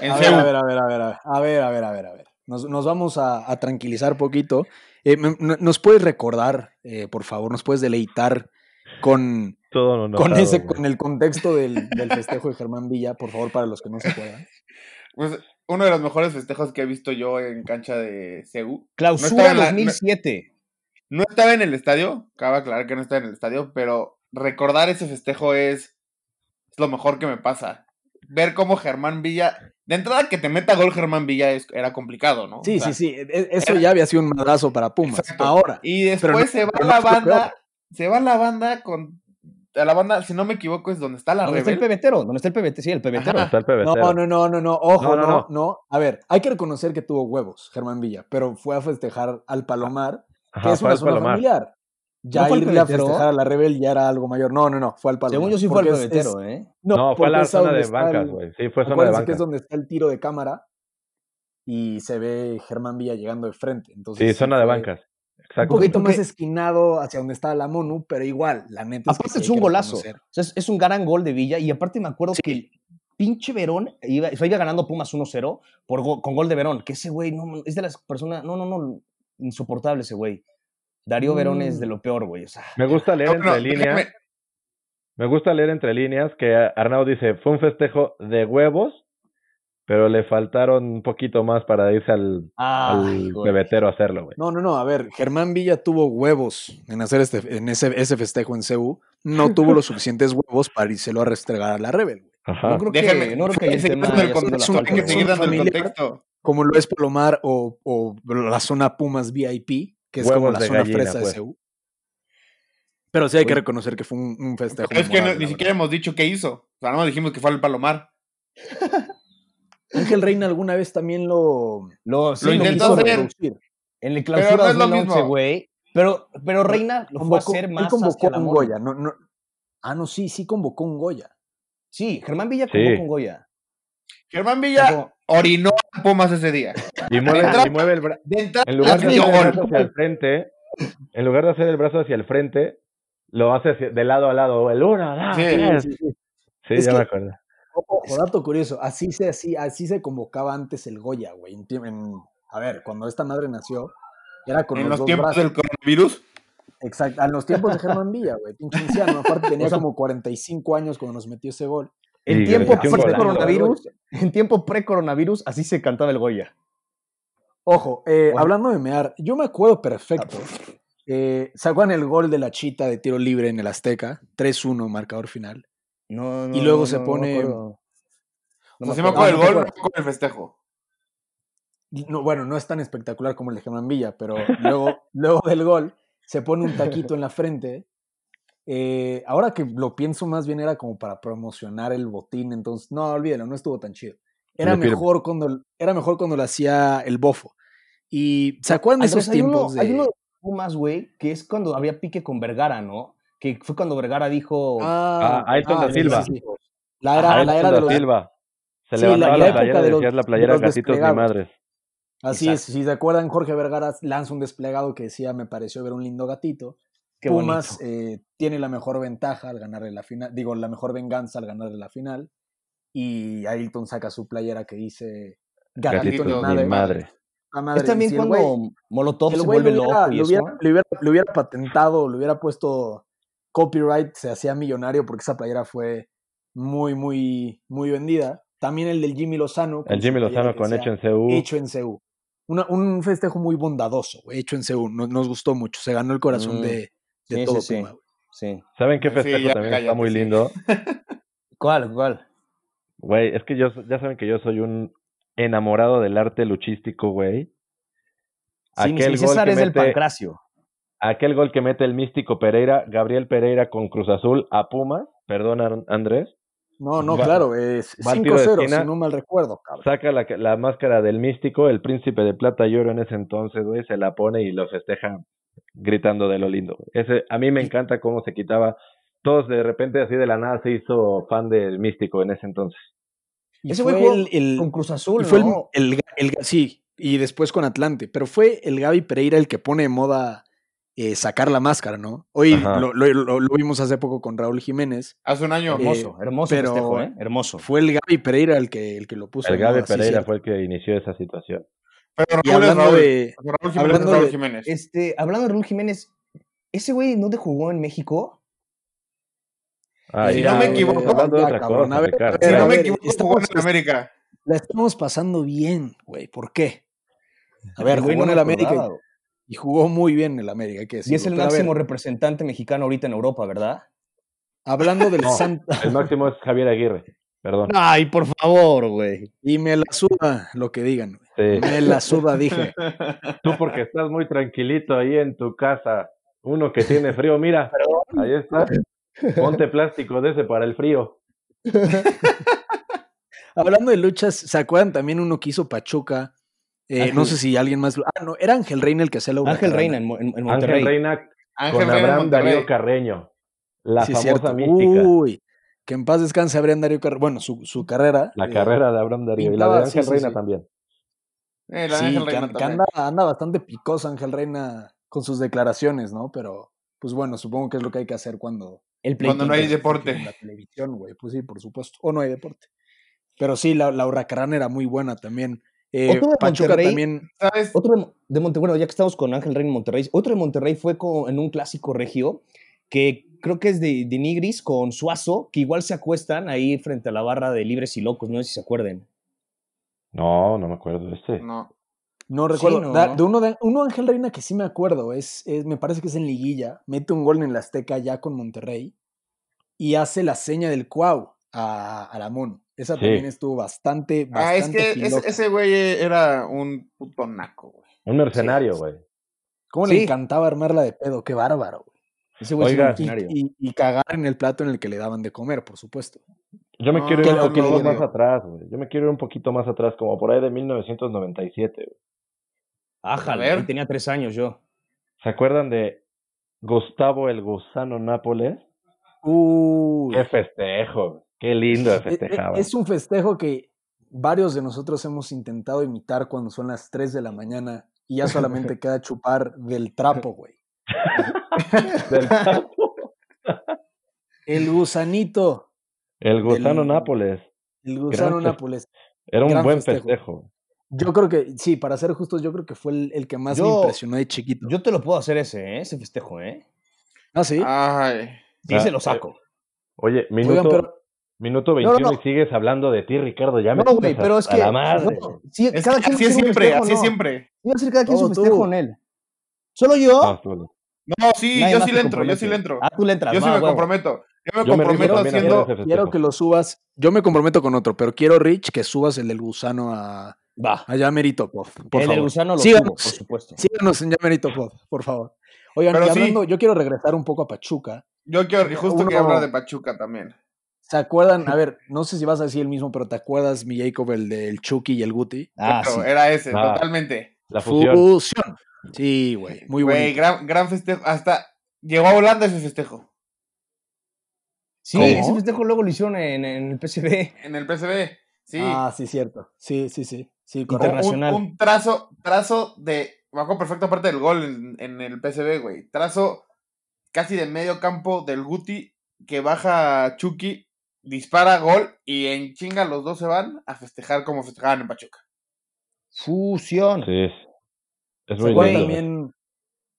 C: En
D: A ver,
C: Seúl.
D: a ver, a ver, a ver, a ver, a ver, a ver, a ver, a ver. Nos, nos vamos a, a tranquilizar poquito. Eh, me- no- ¿Nos puedes recordar, eh, por favor, nos puedes deleitar con,
E: Todo no
D: con,
E: notado,
D: ese,
E: güey.
D: con el contexto del, del festejo de Germán Villa, por favor, para los que no se acuerdan?
C: Pues, uno de los mejores festejos que he visto yo en cancha de CEU.
B: Clausura
C: en la-
B: 2007.
C: No estaba en el estadio, cabe aclarar que no estaba en el estadio, pero recordar ese festejo es, es lo mejor que me pasa. Ver cómo Germán Villa, de entrada que te meta gol Germán Villa es- era complicado, ¿no?
D: Sí, sí, sí. e- Eso ya había sido un madrazo para Pumas.
C: Exacto.
D: Ahora.
C: Y
D: Pero
C: después
D: no-
C: se va
D: pero no
C: la
D: es lo peor.
C: banda, se va la banda con a la banda, si no me equivoco, es donde está la
B: ¿Dónde está el
C: rebel.
B: pebetero? ¿Dónde está el pebetero? Sí, el pebetero.
E: Está el
D: No,
E: pebetero.
D: no, no, no, no, ojo,
E: No, no,
D: no,
E: no.
D: no, A ver, hay que reconocer que tuvo huevos, Germán Villa, pero fue a festejar al Palomar, que
E: Ah, Ajá,
D: es
E: fue
D: una
E: al
D: zona
E: Palomar.
D: familiar. Ya
B: ¿No fue al
D: irle a
B: pebetero?
D: festejar a la Rebel ya era algo mayor. No, no, no, fue al Palomar.
B: Según yo sí fue el
D: porque es-
B: pebetero,
D: es-
B: ¿eh?
E: No, fue a
D: porque
E: la
D: es a
E: zona
D: donde
E: de
D: está
E: bancas,
D: el-
E: güey. Sí, fue zona de
D: Acuérdense que es
E: bancas.
D: donde está el tiro de cámara y se ve Germán Villa llegando de frente. Entonces,
E: Sí, zona de
D: fue
E: bancas.
D: Un
E: Exacto.
D: poquito más
B: Porque-
D: esquinado hacia donde estaba la Monu, pero igual, la neta. que
B: Aparte
D: sí
B: es
D: hay
B: un
D: que
B: golazo. O
D: reconocer.
B: sea, es, es un gran gol de Villa y aparte me acuerdo que el pinche Verón iba, o sea, iba ganando Pumas 1-0 por go- con gol de Verón. Que ese güey no, es de las personas, no, no, no, insoportable ese güey. Darío Verón es de lo peor, güey. O sea,
E: Me gusta leer
C: No,
E: entre
C: no,
E: líneas.
C: déjame-
E: Me gusta leer entre líneas que Arnau dice, fue un festejo de huevos, pero le faltaron un poquito más para irse al,
B: ay,
E: al
B: güey.
E: bebetero a hacerlo, güey.
D: No, no, no. A ver, Germán Villa tuvo huevos en hacer este, en ese, ese festejo en CU. No tuvo los suficientes huevos para irselo a restregar a la Rebel. güey.
E: Ajá.
B: No creo
C: Ah, Déjame
B: que, no creo que haya
C: seguir
B: tema
C: dando el
B: haya sido la
C: contexto,
B: falta
C: hay que
B: de
C: seguir
B: gol.
C: dando el
D: familiar.
C: contexto.
D: Como lo es Palomar o, o la zona Pumas VIP, que es como
E: Huevos
D: la
E: de
D: zona
E: gallina,
D: fresa
E: pues.
D: de CU. Pero sí hay que
B: Oye.
D: reconocer que fue un, un festejo.
C: Pero es que no-
D: memorable,
C: ni
D: Este la
C: siquiera hemos dicho qué hizo. O sea, no dijimos que fue al Palomar.
D: Ángel Reina alguna vez también lo,
B: Lo, sí,
C: Lo
B: lo
C: intentó
B: quiso
C: hacer.
D: reproducir.
B: En el
C: no
B: clausura
C: es lo
B: 2011,
C: mismo.
B: güey. Pero, pero Reina lo fue a
D: Convocó-
B: hacer
D: él
B: más
D: convocó
B: hacia la
D: un
B: Monu.
D: Goya. No, no. Ah, no, sí, sí convocó un Goya.
B: Sí, Germán Villa
E: Sí.
B: convocó con Goya.
C: Germán Villa
B: Convocó-
C: orinó a Pumas ese día.
E: Y mueve, y mueve el brazo.
C: De entrada,
E: En lugar de hacer
C: metió
E: el
C: gol.
E: brazo hacia el frente, en lugar de hacer el brazo hacia el frente, lo hace hacia- de lado a lado. El uno, dos,
C: Sí.
E: tres.
D: Sí, sí, sí.
E: Sí,
D: Es
E: ya
D: que-
E: me acuerdo.
D: Ojo, dato curioso, así se, así, así se convocaba antes el Goya, güey. en tiemp- en- a ver, cuando esta madre nació, era con
C: En
D: los,
C: los
D: dos
C: tiempos
D: brazos.
C: del coronavirus.
D: Exacto, a los tiempos de Germán Villa, güey. Pinche anciano. Aparte tenía
B: O sea-
D: como 45 años cuando nos metió ese gol.
B: En
E: Sí,
B: tiempo
E: metió un golazo.
B: pre-coronavirus, en tiempo pre-coronavirus, así se cantaba el Goya.
D: Ojo, eh,
B: Bueno.
D: hablando de mear, yo me acuerdo
C: Ah,
D: perfecto.
C: pues.
D: Eh, ¿Sacan el gol de la chita de tiro libre en el Azteca? 3-1, marcador final.
B: No,
D: Y luego se pone-
C: O sea, pues, sí
D: me
C: me acuerdo del
D: acuerdo.
C: gol, no
D: No me
C: me acuerdo del festejo.
D: Y No, bueno, no es tan espectacular como el de Germán Villa, pero luego, luego del gol se pone un taquito en la frente. Eh, ahora que lo pienso más bien era como para promocionar el botín, entonces no, olvídalo, no estuvo tan chido. Era
E: Le firmo.
D: mejor cuando era mejor cuando lo hacía el bofo. Y ¿se acuerdan de
B: Andrés,
D: esos
B: hay uno,
D: tiempos
B: hay
D: de
B: uno de Pumas, güey, que es cuando había pique con Vergara, ¿no? Que fue cuando Vergara dijo.
D: Ah,
E: Ah, Ayrton da
D: sí,
E: Silva.
D: sí, sí. La era,
E: Ajá,
D: la era
E: Edson
D: de
E: da
D: los
E: Silva. Se
D: Sí, la- la
E: levantaba la,
D: época
E: playera
D: de
E: y
D: los-
E: decía la
D: de
E: playera
D: los
E: gatitos ni
D: desplegados.
E: madres.
D: Así es, si se acuerdan, Jorge Vergara lanza un desplegado que decía, me pareció ver un lindo gatito.
B: Qué
D: Pumas eh, tiene la mejor ventaja al ganarle la final, digo, la mejor venganza al ganarle la final. Y Ailton saca su playera que dice, gatito,
E: Gatitos
D: ni
C: Gatitos
E: ni
D: madre.
E: madre.
D: puta madre".
B: Es también
D: Y si el
B: cuando
D: güey-
B: Molotov
D: el
B: se
D: güey
B: vuelve
D: lo hubiera-
B: loco y
D: lo
B: eso.
D: hubiera- lo hubiera- lo hubiera patentado, le hubiera puesto copyright, se hacía millonario porque esa playera fue muy, muy, muy vendida. También el del Jimmy Lozano. con
E: El
D: su
E: Jimmy
D: playera
E: Lozano
D: que
E: con
D: decía,
E: hecho en CU.
D: hecho en CEU. Una- un festejo muy bondadoso, güey, hecho en CEU. No- nos gustó mucho. Se ganó el corazón
B: Mm,
D: de, de
B: sí, sí,
D: todo
B: sí.
D: Puma, güey.
B: Sí.
E: ¿Saben qué
C: Sí,
E: festejo
C: ya
E: también está
C: cállate,
E: muy
C: sí.
E: lindo?
B: ¿Cuál, cuál?
E: Güey, es que yo, ya saben que yo soy un enamorado del arte luchístico, güey.
B: Sí, mi-
E: Aquel
B: mi
E: gol
B: César
E: que
B: es del
E: mete-
B: Pancracio.
E: Aquel gol que mete el místico Pereira, Gabriel Pereira con Cruz Azul a Pumas, perdona Ar- Andrés,
D: No, no,
E: Va-
D: claro, es
E: va al tiro de
D: 5-0, si
E: esquina.
D: no mal recuerdo, cabrón.
E: saca la, ca- la máscara del místico, el príncipe de plata y oro en ese entonces, güey, se la pone y lo festeja gritando de lo lindo. güey. Ese, a mí me encanta cómo se quitaba, todos de repente así de la nada se hizo fan del místico en ese entonces.
D: Y
B: Ese
D: fue
B: güey jugó
D: el- el-
B: Con Cruz Azul,
D: y fue el-
B: ¿no?
D: el, el- sí, y después con Atlante, pero fue el Gaby Pereira el que pone de moda eh, sacar la máscara, ¿no? Hoy
E: Ajá.
D: lo, lo- lo- lo vimos hace poco con Raúl Jiménez.
C: Hace un año.
D: Eh,
B: Hermoso, hermoso
D: pero-
B: festejo, ¿eh? Hermoso.
D: Fue el Gaby Pereira el que, el que lo puso.
E: El
D: de
E: Gabe
D: moda, sí,
E: Pereira
D: cierto.
E: fue el que inició esa situación.
C: Pero
D: Y
C: Raúl es
D: hablando
C: Raúl.
D: de.
C: Raúl Jiménez
D: hablando
C: es Raúl
D: de-
C: Jiménez.
B: Este, hablando de Raúl Jiménez, ¿ese güey dónde jugó en México?
E: Ah,
C: Si
E: ya,
C: no me
E: güey,
C: equivoco,
E: hablando de
D: ya,
E: otra
D: cabrón,
E: cosa,
D: a ver,
E: Ricardo,
D: a
C: Si
D: ver,
E: ya.
C: no
D: a
C: me
D: ver,
C: equivoco, jugó
D: estamos-
C: en América.
D: La estamos pasando bien, güey. ¿Por qué? A ver,
B: El güey
D: jugó en
B: no
D: el
B: me
D: América
B: acordaba,
D: y- y jugó muy bien en el América, hay que
B: Y es el
D: decirlo, pero a ver,
B: máximo representante mexicano ahorita en Europa, ¿verdad?
D: hablando del
E: No,
D: Santa.
E: El máximo es Javier Aguirre, perdón.
B: Ay, por favor, güey.
D: Y me la suda lo que digan. güey.
E: Sí.
D: Me la suda, dije.
E: Este, Tú porque estás muy tranquilito ahí en tu casa. Uno que tiene frío, mira, ahí está. Ponte plástico de ese para el frío.
D: Hablando de luchas, ¿se acuerdan también uno que hizo Pachuca? Eh, no
B: Ángel-
D: sé si alguien más. lo- Ah, no, era Ángel Reina el que hacía la
B: Ángel
D: huracanada.
B: Reina en, Mo- en- en
E: Ángel
B: Monterrey.
E: Reina
C: Ángel
E: con
C: Reina
E: Abraham
C: Monterrey. Eh,
E: Darío Carreño, la
D: Sí, es
E: famosa
D: cierto. Uh,
E: mística,
D: Uy, que en paz descanse Abraham Darío Carrera. Bueno, su, su carrera.
E: la
D: eh,
E: carrera de Abraham Darío y la de
D: pintaba, sí,
E: Ángel
D: sí,
E: Reina
D: sí.
E: también.
C: Eh, la de
D: Sí,
C: Ángel
D: que,
C: Reina
D: an- que
C: también.
D: anda, anda bastante picoso Ángel Reina con sus declaraciones, ¿no? Pero, pues bueno, supongo que es lo que hay que hacer cuando...
B: El
C: Cuando no hay
B: pleitito.
C: deporte.
D: En la televisión, güey. Pues sí, por supuesto. O no hay deporte. Pero sí, la, la hurracarán era muy buena también. Eh,
B: Otro de
D: Pachuca
B: Monterrey.
D: también...
C: ¿Sabes?
B: Otro de, Mon- de Monterrey, bueno, ya que estamos con Ángel Reina en Monterrey, otro de Monterrey fue co- en un clásico regio que creo que es de, de Nigris con Suazo, que igual se acuestan ahí frente a la barra de Libres y Locos, no sé si se acuerden.
E: No, no me acuerdo este.
D: Mm,
C: No.
D: No recuerdo.
B: no.
D: Da- De uno de uno de Ángel Reina que sí me acuerdo, es, es- me parece que es en Liguilla, mete un gol en la Azteca ya con Monterrey y hace la seña del cuau a, a la Mono. Esa
E: Sí.
D: también estuvo bastante,
C: Ah, es
D: bastante
C: que es-
D: filosa.
C: ese güey era un puto naco, güey.
E: Un mercenario,
D: Sí.
E: güey.
D: Cómo
B: Sí.
D: le encantaba armarla de pedo, qué bárbaro. güey.
B: Ese güey es un
E: Oiga.
D: Y,
B: originario.
D: y- y cagar en el plato en el que le daban de comer, por supuesto.
E: Yo me
C: No,
E: quiero ir
D: que
E: un
D: lo- que
E: poquito
D: lo-
E: más atrás, güey. Yo me quiero ir un poquito más atrás, como por ahí de 1997. güey.
B: Ájale,
C: A ver.
B: ahí tenía tres años yo.
E: ¿Se acuerdan de Gustavo el Gusano Nápoles?
D: Uy.
E: ¡Qué festejo! güey! ¡Qué lindo de
D: E- e-
E: festejaba!
D: Es un festejo que varios de nosotros hemos intentado imitar cuando son las 3 de la mañana y ya solamente queda chupar del trapo, güey.
E: Del-
D: El gusanito,
E: El Gusano
D: Del-
E: Nápoles.
D: el gusano
E: fes-
D: Nápoles.
E: Era un
D: gran
E: buen
D: festejo.
E: festejo.
D: Yo creo que, sí, para ser justos, yo creo que fue el, el que más me
B: Yo-
D: impresionó de chiquito.
B: Yo te lo puedo hacer ese, ¿eh? ese festejo, ¿eh?
D: ah, sí.
C: Ay.
B: Sí,
E: Ah, eh,
B: se lo saco.
E: Oye, minuto,
D: Oigan, pero-
E: minuto
B: no,
E: 21
B: no.
E: y sigues hablando de ti, Ricardo. Ya me
B: No, güey,
E: tienes a-
B: pero es
E: a
B: que.
E: la madre.
B: no,
E: güey.
B: sí,
C: Es
B: cada
C: que
B: quien
C: así es
B: tiene un
C: siempre,
B: festejo,
C: así
B: no.
C: es siempre.
B: Iba a decir cada quien su
D: Todo tú.
B: festejo con él. ¿Solo yo?
E: No, tú, güey.
C: No, sí,
B: Nadie
C: yo
B: más
C: sí
B: se
C: le entro, yo sí
B: compromete.
C: le entro.
B: Ah, tú le entras.
C: Yo sí
B: va,
C: me
B: huevo.
C: comprometo. Yo me
E: pues, Yo me
C: comprometo
E: rindo también a
C: haciendo.
E: hacer ese
D: Quiero
E: festejo.
D: que lo subas. Yo me comprometo con otro, pero quiero, Rich, que subas el del gusano a,
B: Va.
D: a Yamerito Pop. Por
B: el del
D: favor.
B: gusano lo
D: Síganos.
B: tuvo, por supuesto.
D: Síganos en Yamerito Pop, por favor. Oigan,
C: Pero
D: y
C: sí.
D: hablando, yo quiero regresar un poco a Pachuca.
C: Yo quiero, y justo quería
D: Uno-
C: hablar de Pachuca también.
D: ¿Se acuerdan? A ver, no sé si vas a decir el mismo, pero ¿te acuerdas, mi Jacob, el del Chucky y el Guti?
B: Ah,
C: Pero
B: sí.
C: Era ese,
E: Ah.
C: totalmente.
E: La fusión.
D: Fusión. Sí, güey. Muy bueno.
C: Güey, gran, gran festejo. Hasta llegó a Holanda ese festejo.
B: Sí,
D: ¿Cómo?
B: ese festejo luego lo hicieron en, en el PCB.
C: En el PSV. Sí.
D: Ah, sí, cierto. Sí, sí, sí. Sí,
C: Un-
D: correcto.
C: un,
B: internacional.
C: un trazo, trazo de. Me acuerdo perfecto aparte del gol en, en el PSV, güey. Trazo casi de medio campo del Guti que baja Chucky, dispara gol y en chinga los dos se van a festejar como festejaban en Pachuca.
B: Fusión.
E: Sí, es, es
D: Se
E: muy
D: acuerdan
E: lindo.
D: también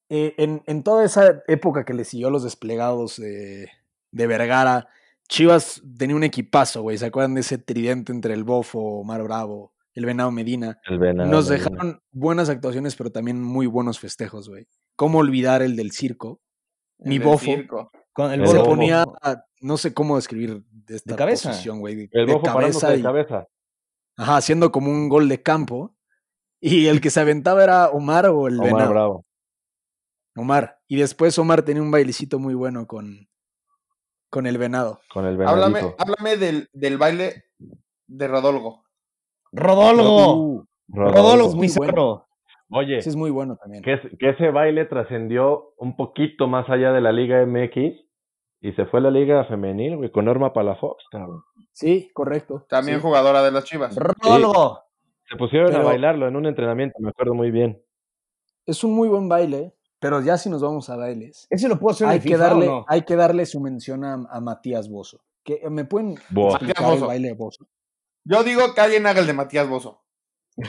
D: eh, en, en toda esa época que le siguió los desplegados eh, de Vergara, Chivas tenía un equipazo, güey. ¿Se acuerdan de ese tridente entre el Bofo, Omar Bravo, el Venado Medina?
E: El venado,
D: Nos
E: el venado.
D: dejaron buenas actuaciones, pero también muy buenos festejos, güey. ¿Cómo olvidar el del circo?
C: En
D: Mi
C: el
D: bofo.
C: circo.
B: Con el
E: El
D: Se
B: bolo.
E: bofo.
D: ponía, no sé cómo describir de esta
B: cabeza?
D: posición, güey. De,
E: El
D: de
E: bofo parándose
D: cabeza
E: de
D: y-
E: cabeza.
D: ajá, haciendo como un gol de campo. Y el que se aventaba era Omar o el
E: Omar
D: Venado.
E: Bravo.
D: Omar. Y después Omar tenía un bailecito muy bueno con, con el venado.
E: Con el
C: Háblame,
E: venadito.
C: háblame del, del baile de Rodolgo.
B: Rodolgo.
D: Uh,
B: Rodolgo
D: Rodolfo. Muy bueno.
B: Pizarro.
E: Oye,
D: ese es muy bueno también.
E: que, es- que ese baile trascendió un poquito más allá de la Liga MX y se fue a la Liga Femenil, güey, con Norma Palafox, cabrón.
D: Sí, correcto.
C: También
D: sí.
C: jugadora de las Chivas.
B: Rodolgo.
E: Se pusieron
D: Pero-
E: a bailarlo en un entrenamiento, me acuerdo muy bien.
D: Es un muy buen baile, pero ya si nos vamos a bailes,
B: Ese lo puedo hacer en
D: hay
B: el
D: que,
B: FIFA
D: darle,
B: o no.
D: hay que darle su mención a, a Matías Bozo. Que, eh, ¿Me pueden
E: Bozo.
D: explicar
C: Matías
D: el
C: Bozo.
D: baile de Bozo?
C: Yo digo que alguien haga el de Matías Bozo.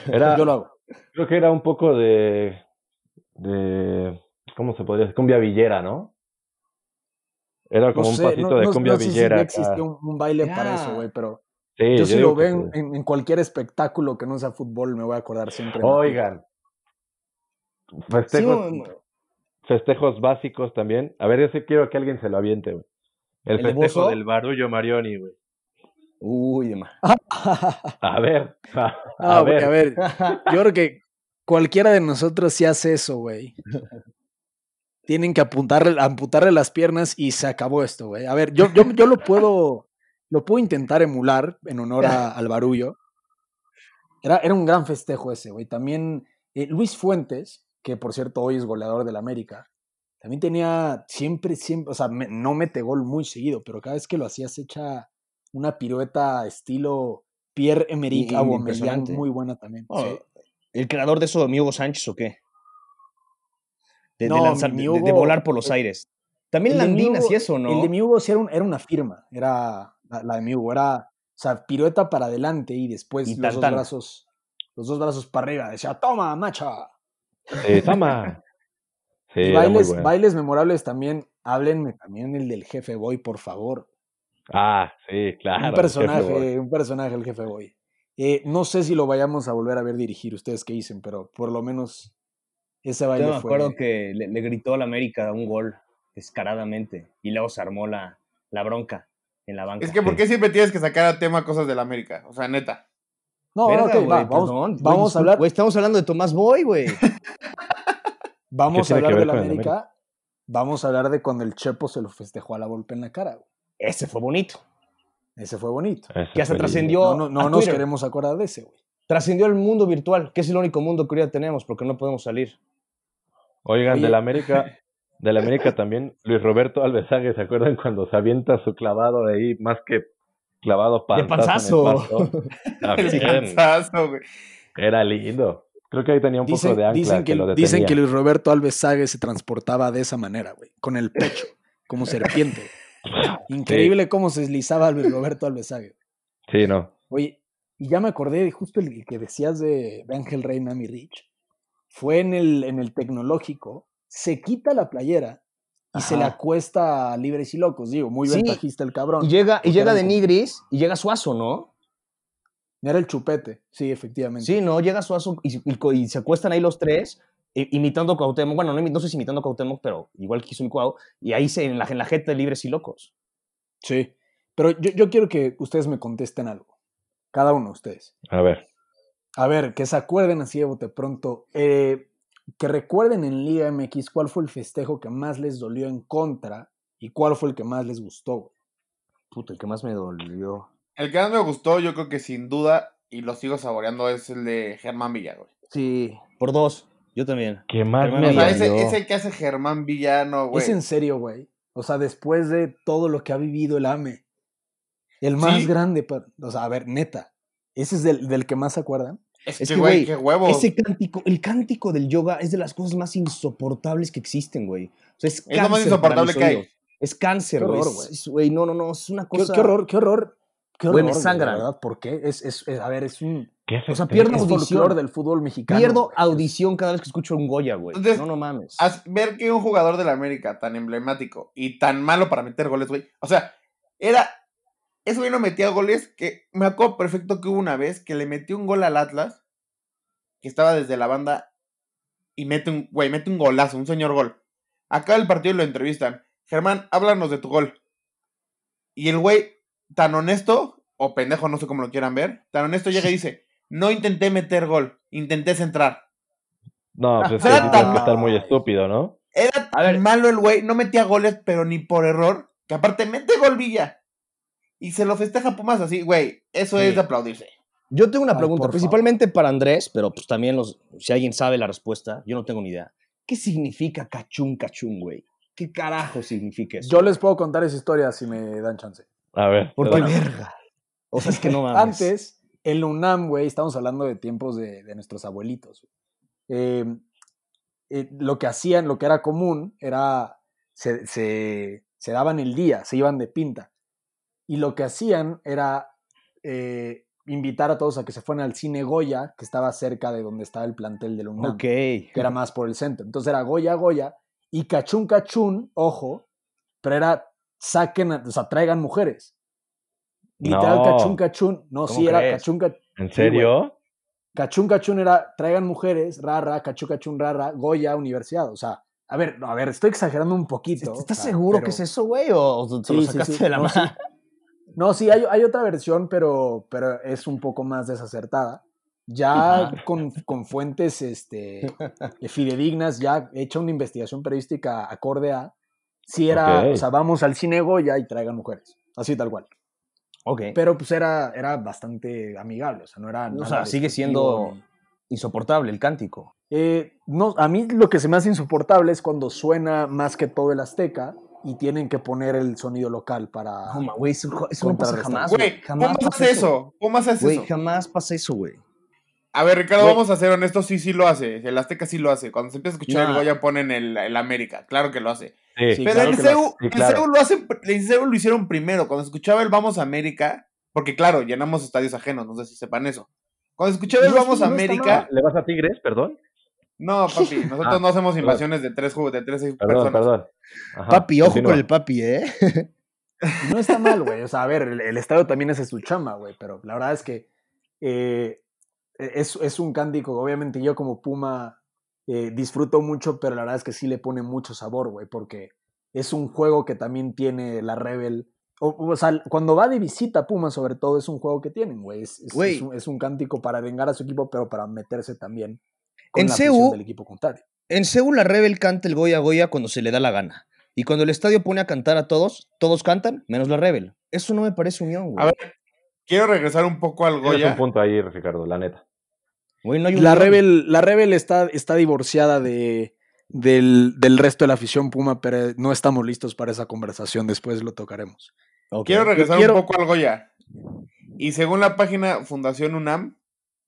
E: Era,
D: Yo lo hago.
E: Creo que era un poco de, de ¿cómo se podría decir? Cumbia villera, ¿no? Era
D: No
E: como
D: sé,
E: un pasito
D: no-
E: de
D: no-
E: cumbia
D: no sé si
E: villera.
D: ya
E: acá.
D: existía un, un baile para eso,
B: Ya.
D: güey, pero
E: Sí,
D: yo, si
E: digo
D: lo
E: que
D: veo en,
E: sí.
D: en- en cualquier espectáculo que no sea fútbol, me voy a acordar siempre. de Matías.
E: Oigan,
B: Sí,
E: festejos,
B: un-
E: festejos básicos también. A ver, yo sí quiero que alguien se lo aviente, güey.
B: ¿El
E: El,
B: de
E: festejo
B: Bozo?
E: del barullo Marioni, güey.
B: Uy, demás.
E: A ver, a,
D: Ah,
E: a
D: güey,
E: ver.
D: a ver, Yo creo que cualquiera de nosotros si hace eso, güey. Tienen que apuntarle, amputarle las piernas y se acabó esto, güey. A ver, yo, yo, yo lo puedo, lo puedo intentar emular en honor a- al barullo. Era, era un gran festejo ese, güey. También eh, Luis Fuentes, que por cierto hoy es goleador del América, También tenía siempre, siempre, o sea, me- no mete gol muy seguido, pero cada vez que lo hacía se echa una pirueta estilo Pierre Emerick
B: Y-
D: Aubameyang,
B: impresionante.
D: muy buena también.
B: Oh,
D: sí.
B: ¿El creador de eso, mi Hugo Sánchez o qué? De, de
D: No,
B: lanzar-
D: mi
B: de- de- de
D: Hugo-
B: volar por los aires. También
D: El de mi
B: Landín
D: Hugo-
B: hacía eso, ¿no?
D: El de mi Hugo sí era, un- era una firma, era la, la de mi Hugo, era, o sea, pirueta para adelante y después
B: Y
D: los dos
B: tantana.
D: brazos, los dos brazos para arriba, decía, toma, macha.
E: Sí, toma. eh, Sí,
D: Y
E: era muy
D: bailes,
E: bueno.
D: bailes memorables también, háblenme también el del jefe Boy, por favor.
E: Ah, sí, claro.
D: un
E: el
D: personaje,
E: jefe Boy.
D: un personaje el jefe Boy. Eh, no sé si lo vayamos a volver a ver dirigir, ustedes qué dicen, pero por lo menos ese baile
B: Yo me
D: fue...
B: acuerdo que le, le gritó al América un gol descaradamente y luego se armó la, la bronca en la banca.
C: Es que, ¿por qué siempre tienes que sacar a tema cosas del América? O sea, neta.
D: No,
B: Verga,
D: no, ok, va,
B: güey,
D: vamos,
B: perdón, güey,
D: vamos a
B: disculpa,
D: hablar,
B: güey, estamos hablando de Tomás Boy, güey.
D: vamos a
E: tiene que
D: hablar
E: ver
D: del
E: con el
D: América, vamos a hablar de cuando el Chepo se lo festejó a la Volpe en la cara. güey.
B: Ese fue bonito.
D: Ese fue bonito.
E: Ese
B: Que hasta
E: fue lindo.
B: trascendió
D: No, no, no
B: a
D: nos
B: Twitter.
D: queremos acordar de ese, güey.
B: Trascendió el mundo virtual, que es el único mundo que hoy día tenemos porque no podemos salir.
E: Oigan,
D: Oye.
E: del América, del América también, Luis Roberto Alvesague, ¿se acuerdan cuando se avienta su clavado ahí, más que clavado
B: De
E: panzazo?
B: panzazo.
E: en el
C: El
E: pasto? También,
C: cansazo, güey.
E: era lindo. Creo que ahí tenía un poco de ancla que, lo detenía.
D: dicen que Luis Roberto Alves Sague se transportaba de esa manera, güey, con el pecho, como serpiente. Increíble cómo se deslizaba Luis Roberto Alves Sague.
E: Sí, no.
D: Oye, y ya me acordé de justo el el que decías de, de Ángel Rey Nami Rich. Fue en el, en el tecnológico, se quita la playera y se
B: Ajá.
D: la cuesta a Libres y Locos, digo, muy
B: Sí,
D: ventajista el cabrón.
B: Y llega, y
D: Porque
B: llega
D: eran
B: de
D: como-
B: Nigris y llega Suazo, ¿no?
D: Era el chupete, sí, efectivamente.
B: Sí, no, llega Suazo y, y co- y se acuestan ahí los tres, i- imitando a Cuauhtémoc. Bueno, no, imi- no sé si imitando a Cuauhtémoc, pero igual que hizo mi Cuau. Y ahí se, en, la, en la jeta de libres y locos.
D: Sí. Pero yo, yo quiero que ustedes me contesten algo. Cada uno de ustedes.
E: A ver.
D: A ver, que se acuerden así de bote pronto. eh, que recuerden en Liga MX cuál fue el festejo que más les dolió en contra y cuál fue el que más les gustó. güey.
B: Puta, el que más me dolió.
C: El que más me gustó, yo creo que sin duda, y lo sigo saboreando, es el de Germán Villa, güey.
B: Sí. Por dos. Yo también.
E: ¿Qué más
B: Hermano,
E: me
C: O sea, ese,
E: dolió?
C: ese que hace Germán Villano, güey.
D: Es en serio, güey. O sea, después de todo lo que ha vivido el AME. El más
C: Sí.
D: grande. pa- O sea, a ver, neta. Ese es del, del que más se acuerdan.
C: Es
B: Es
C: que,
B: que,
C: güey,
B: güey,
C: qué huevo.
B: Ese cántico, el cántico del yoga es de las cosas más insoportables que existen, güey. O sea, es,
C: Es lo más
B: cáncer para
C: insoportable
B: mis
C: que hay.
B: oídos. Es cáncer,
D: Qué
B: güey.
D: horror,
B: Es-
D: güey.
B: es- Güey, no, no, no. Es una
D: Qué,
B: cosa.
D: qué horror, qué horror. Qué horror.
B: Güey, me
D: de
B: sangran.
D: ¿verdad? ¿Por qué? Es, es- es- a ver, es un.
E: ¿Qué este
B: O sea,
E: festejo?
B: pierdo
D: es
B: audición.
D: folclore del fútbol mexicano.
B: Pierdo
D: güey.
B: audición cada vez que escucho un Goya, güey.
C: Entonces,
B: No, no mames.
C: Haz- ver que un jugador del América tan emblemático y tan malo para meter goles, güey. O sea, era. Ese güey no metía goles que me acuerdo perfecto que hubo una vez que le metió un gol al Atlas, que estaba desde la banda y mete un, güey, mete un golazo, un señor gol. Acaba el partido y lo entrevistan. Germán, háblanos de tu gol. Y el güey, tan honesto, o pendejo, no sé cómo lo quieran ver, tan honesto llega y dice, no intenté meter gol, intenté centrar.
E: No, pues es que
C: O sea,
E: sí tienes que
C: tan-
E: estar muy estúpido, ¿no?
C: Era
B: A ver.
C: malo el güey, no metía goles, pero ni por error. Que aparte mete gol Villa. Y se lo festeja a Pumas así, güey. Eso
B: Sí.
C: es de aplaudirse.
B: Yo tengo una
D: Ay,
B: pregunta,
D: por
B: principalmente para Andrés, pero pues también los, si alguien sabe la respuesta, yo no tengo ni idea. ¿Qué significa cachún cachún, güey? ¿Qué carajo significa eso?
D: Yo les puedo contar esa historia si me dan chance.
E: A ver.
B: ¿Por qué
E: perdón.
B: verga? O sea, es que no mames.
D: Antes, en la UNAM, güey, estamos hablando de tiempos de, de nuestros abuelitos. eh, eh, lo que hacían, lo que era común, era. Se, se- se daban el día, se iban de pinta. Y lo que hacían era eh, invitar a todos a que se fueran al cine Goya, que estaba cerca de donde estaba el plantel de la UNAM.
B: Ok.
D: que era más por el centro. Entonces era Goya, Goya y Cachún, Cachún, ojo, pero era saquen, a- o sea, traigan mujeres. Literal,
E: No.
D: Cachún, Cachún, no,
B: ¿Cómo
D: sí, era
B: crees?
D: Cachún, Cachún.
E: ¿En
D: Sí, güey.
E: serio?
D: Cachún Cachún era traigan mujeres, rara, cachún cachún rara, Goya, universidad. O sea, a ver, no, a ver, estoy exagerando un poquito.
B: ¿Est-
D: o
B: ¿Estás
D: sea,
B: seguro
D: pero-
B: que es eso, güey? ¿O se lo
D: Sí, sí,
B: sacaste
D: sí,
B: de la
D: no, sí.
B: mano?
D: No, sí, hay, hay otra versión, pero, pero es un poco más desacertada. Ya
B: Ajá.
D: con, con fuentes este, fidedignas, ya hecha una investigación periodística acorde a si era, o
E: Ok.
D: sea, vamos al cine Goya y traigan mujeres, así tal cual.
B: Ok.
D: Pero pues era, era bastante amigable, o sea, no era.
B: O
D: nada
B: sea, sigue
D: despectivo
B: siendo
D: ni-
B: insoportable el cántico.
D: Eh, no, a mí lo que se me hace insoportable es cuando suena más que todo el Azteca y tienen que poner el sonido local para.
B: No, ma, güey, eso, eso no pasa
D: Contrarrestar.
B: jamás,
C: Güey,
B: güey. Jamás
C: ¿cómo hace eso? ¿Cómo haces
B: Güey,
C: eso?
B: jamás pasa eso, güey.
C: A ver, Ricardo,
B: Güey.
C: vamos a ser honestos, sí, sí lo hace. El Azteca sí lo hace. Cuando se empieza a escuchar el
B: Nah.
C: Goya ponen el, el América, claro que lo hace.
E: Sí,
B: Sí,
C: Pero
B: claro
C: el
B: que lo
C: CEU,
E: Sí,
C: el
E: claro.
C: CEU lo hacen, el CEU lo hicieron primero. Cuando escuchaba el Vamos América, porque claro, llenamos estadios ajenos, no sé si sepan eso. Cuando escuchaba el
B: No,
C: Vamos
B: no está
C: América,
E: Ah, ¿Le vas a Tigres? Perdón.
C: no, papi, nosotros
E: Ah,
C: no hacemos
E: perdón.
C: invasiones de tres juegos, de tres seis
E: Perdón,
C: personas.
E: perdón. Ajá,
B: papi, ojo
E: continúa.
B: con el papi, ¿eh?
D: No está mal, güey. O sea, a ver, el, el estadio también hace su chamba, güey. Pero la verdad es que eh, es, es un cántico. Obviamente yo como Puma eh, disfruto mucho, pero la verdad es que sí le pone mucho sabor, güey. Porque es un juego que también tiene la Rebel. O, o sea, cuando va de visita Puma, sobre todo, es un juego que tienen, güey. Es, es-
B: Güey.
D: es un, es un cántico para vengar a su equipo, pero para meterse también con
B: En
D: la
B: CU,
D: afición del equipo contrario.
B: En Seúl, la Rebel canta el Goya Goya cuando se le da la gana. Y cuando el estadio pone a cantar a todos, todos cantan, menos la Rebel. Eso no me parece unión, güey.
C: A ver, quiero regresar un poco al
E: Tienes
C: Goya.
E: un punto ahí, Ricardo, la neta.
B: Güey, no hay
D: La
B: unión.
D: Rebel, la Rebel está, está divorciada de, del, del resto de la afición Puma, pero no estamos listos para esa conversación. Después lo tocaremos.
B: Ok.
C: Quiero regresar
D: quiero-
C: un poco al Goya. Y según la página Fundación UNAM,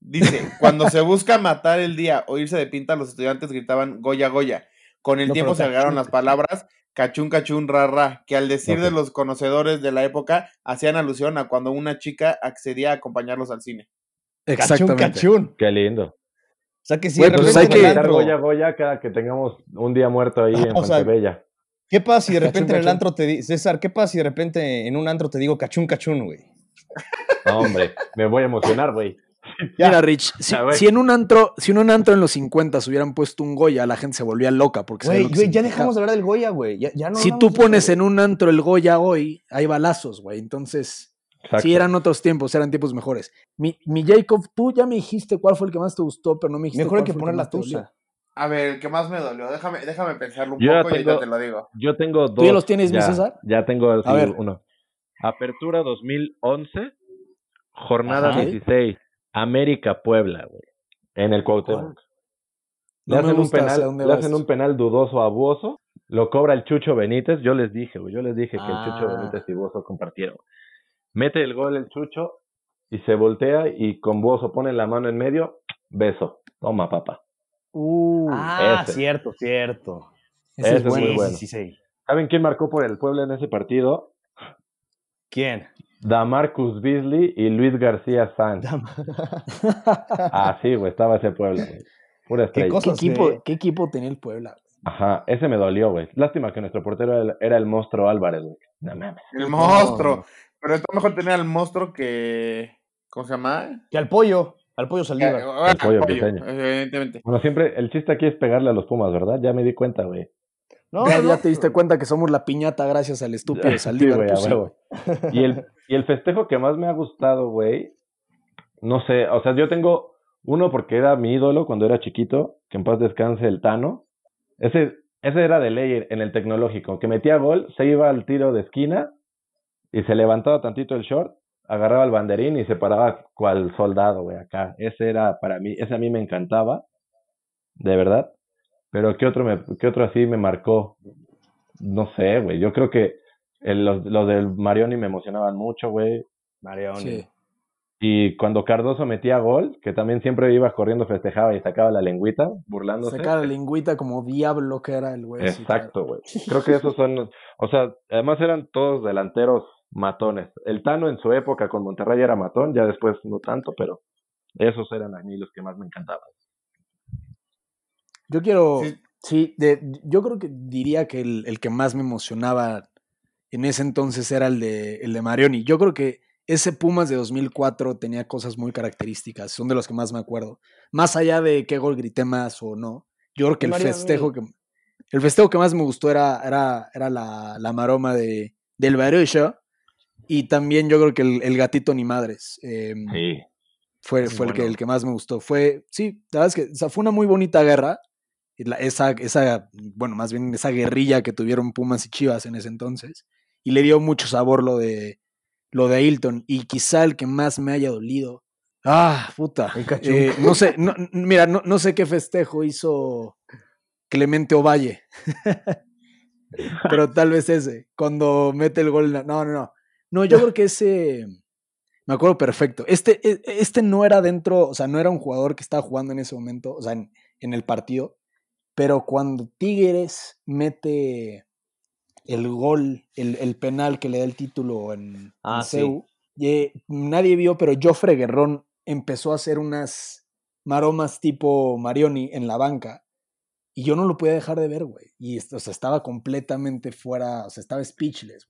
C: dice, cuando se busca matar el día o irse de pinta, los estudiantes gritaban Goya, Goya. Con el
B: No,
C: tiempo
B: pero
C: se agregaron
B: cachún,
C: las palabras cachún, cachún, ra, ra, que al decir de
B: Ok.
C: los conocedores de la época, hacían alusión a cuando una chica accedía a acompañarlos al cine.
B: Cachún, cachún.
E: Qué lindo.
B: O sea que si
D: Güey,
B: de
D: pues
B: repente
D: hay
B: en
D: que-
B: el
E: gritar
B: antro-
E: Goya, Goya cada que tengamos un día muerto ahí en
B: O sea,
E: Fontebella.
B: ¿Qué pasa si de repente
D: Cachún,
B: en el
D: cachún.
B: antro te di- César, ¿qué pasa si de repente en un antro te digo cachún, cachún, güey?
E: No, hombre, me voy a emocionar, güey.
B: Ya.
D: Mira, Rich, si,
E: Ya, güey.
D: si en un antro, si en un antro en los 50 hubieran puesto un Goya, la gente se volvía loca. Porque sabía
B: Güey,
D: lo que
B: güey, ya
D: significaba.
B: dejamos de hablar del Goya, güey. Ya, ya no
D: Si tú
B: hablamos de
D: pones
B: eso,
D: en un antro el Goya hoy, hay balazos, güey. Entonces,
E: Exacto.
D: sí, eran otros tiempos, eran tiempos mejores. Mi, mi Jacob, tú ya me dijiste cuál fue el que más te gustó, pero no me
B: güey.
D: dijiste
B: Mejor hay
D: cuál
B: que
D: fue el
B: poner la
D: más te dolió.
B: tusa.
C: A ver, ¿qué más me dolió? Déjame, déjame pensarlo un
E: Yo ya
C: poco y ahorita
E: tengo-
C: te lo digo.
E: Yo tengo dos.
D: ya los tienes, mi
E: ya,
D: César?
E: Ya tengo así
D: ver.
E: uno. Apertura 2011, jornada
B: Ajá.
E: 16, América Puebla, güey. En el Cuauhtémoc.
D: No
E: le
D: me
E: hacen, un
D: gusta hacia
E: penal,
D: dónde
E: le
D: vas.
E: hacen un penal dudoso a Buoso, lo cobra el Chucho Benítez, yo les dije, güey, yo les dije que el Chucho
D: Ah.
E: Benítez y Buoso compartieron. Mete el gol el Chucho y se voltea y con Buoso pone la mano en medio, beso. Toma, papá.
D: Uh,
B: Ah,
E: ese.
B: cierto, cierto.
D: ese
E: ese
D: es
E: es
D: bueno.
E: muy bueno.
B: Sí, sí, sí.
E: ¿Saben quién marcó por el Puebla en ese partido?
B: ¿Quién?
E: Damarcus Beasley y Luis García Sanz. Ah, sí, güey, estaba ese Puebla, güey. Pura estrella.
B: cosa?
D: ¿Qué,
B: Cosas de-
D: equipo, ¿Qué equipo tenía el Puebla?
E: Ajá, ese me dolió, güey. Lástima que nuestro portero era el, era el monstruo Álvarez, güey. No mames.
C: El monstruo. Pero está mejor tener al monstruo que... ¿Cómo se llama?
B: Que al pollo, al pollo saldívar.
E: El pollo
C: Eh, Pollo,
E: Briseño.
C: Evidentemente.
E: Bueno, siempre el chiste aquí es pegarle a los Pumas, ¿verdad? Ya me di cuenta, güey.
B: No,
D: ya,
B: no,
D: ya te diste cuenta que somos la piñata gracias al estúpido
E: Sí,
D: Saldívar.
E: güey, a
D: pues sí,
E: huevo.
D: güey.
E: Y el, y el festejo que más me ha gustado, güey, no sé, o sea, yo tengo uno porque era mi ídolo cuando era chiquito, que en paz descanse el Tano. Ese, ese era de ley en el tecnológico, que metía gol, se iba al tiro de esquina y se levantaba tantito el short, agarraba el banderín y se paraba cual soldado, güey, acá. Ese era para mí, ese a mí me encantaba, de verdad. Pero ¿qué otro, me, qué otro así me marcó? No sé, güey, yo creo que el- los, los del Marioni me emocionaban mucho, güey.
B: Marioni.
D: Sí.
E: Y cuando Cardoso metía gol, que también siempre iba corriendo, festejaba y sacaba la lengüita, burlándose.
D: Sacar la lingüita como diablo que era el güey. pues, sí, claro.
E: Exacto, güey. Creo que esos son, o sea, además eran todos delanteros matones. El Tano en su época con Monterrey era matón, ya después no tanto, pero esos eran a mí los que más me encantaban.
D: Yo quiero,
C: Sí.
D: sí, de- yo creo que diría que el, el que más me emocionaba en ese entonces era el de, el de Marioni. Yo creo que ese Pumas de 2004 tenía cosas muy características, son de los que más me acuerdo. Más allá de qué gol grité más o no, yo creo que el
B: Marioni.
D: festejo que, el festejo que más me gustó era, era, era la, la maroma de, del Barullo y también yo creo que el, el gatito ni madres. em,
E: Sí.
D: fue,
B: Es
D: fue el, que,
B: bueno.
D: el que más me gustó. Fue, sí, la verdad es que o sea, fue una muy bonita guerra. Y la- esa, esa, bueno, más bien esa guerrilla que tuvieron Pumas y Chivas en ese entonces. Y le dio mucho sabor lo de, lo de Ailton. Y quizá el que más me haya dolido. Ah, puta.
B: El cachumba.
D: Eh, no sé, no- mira, no, no sé qué festejo hizo Clemente Ovalle. Pero tal vez ese, cuando mete el gol. en la- No, no, no. No, yo creo que ese. Me acuerdo perfecto. Este, e- este no era dentro, o sea, no era un jugador que estaba jugando en ese momento, o sea, en, en el partido. Pero cuando Tigres mete el gol, el, el penal que le da el título en, en
B: Ah, sí.
D: CEU, eh, nadie vio, pero Joffre Guerrón empezó a hacer unas maromas tipo Marioni en la banca. Y yo no lo podía dejar de ver, güey. Y est- o sea, estaba completamente fuera, o sea, estaba speechless.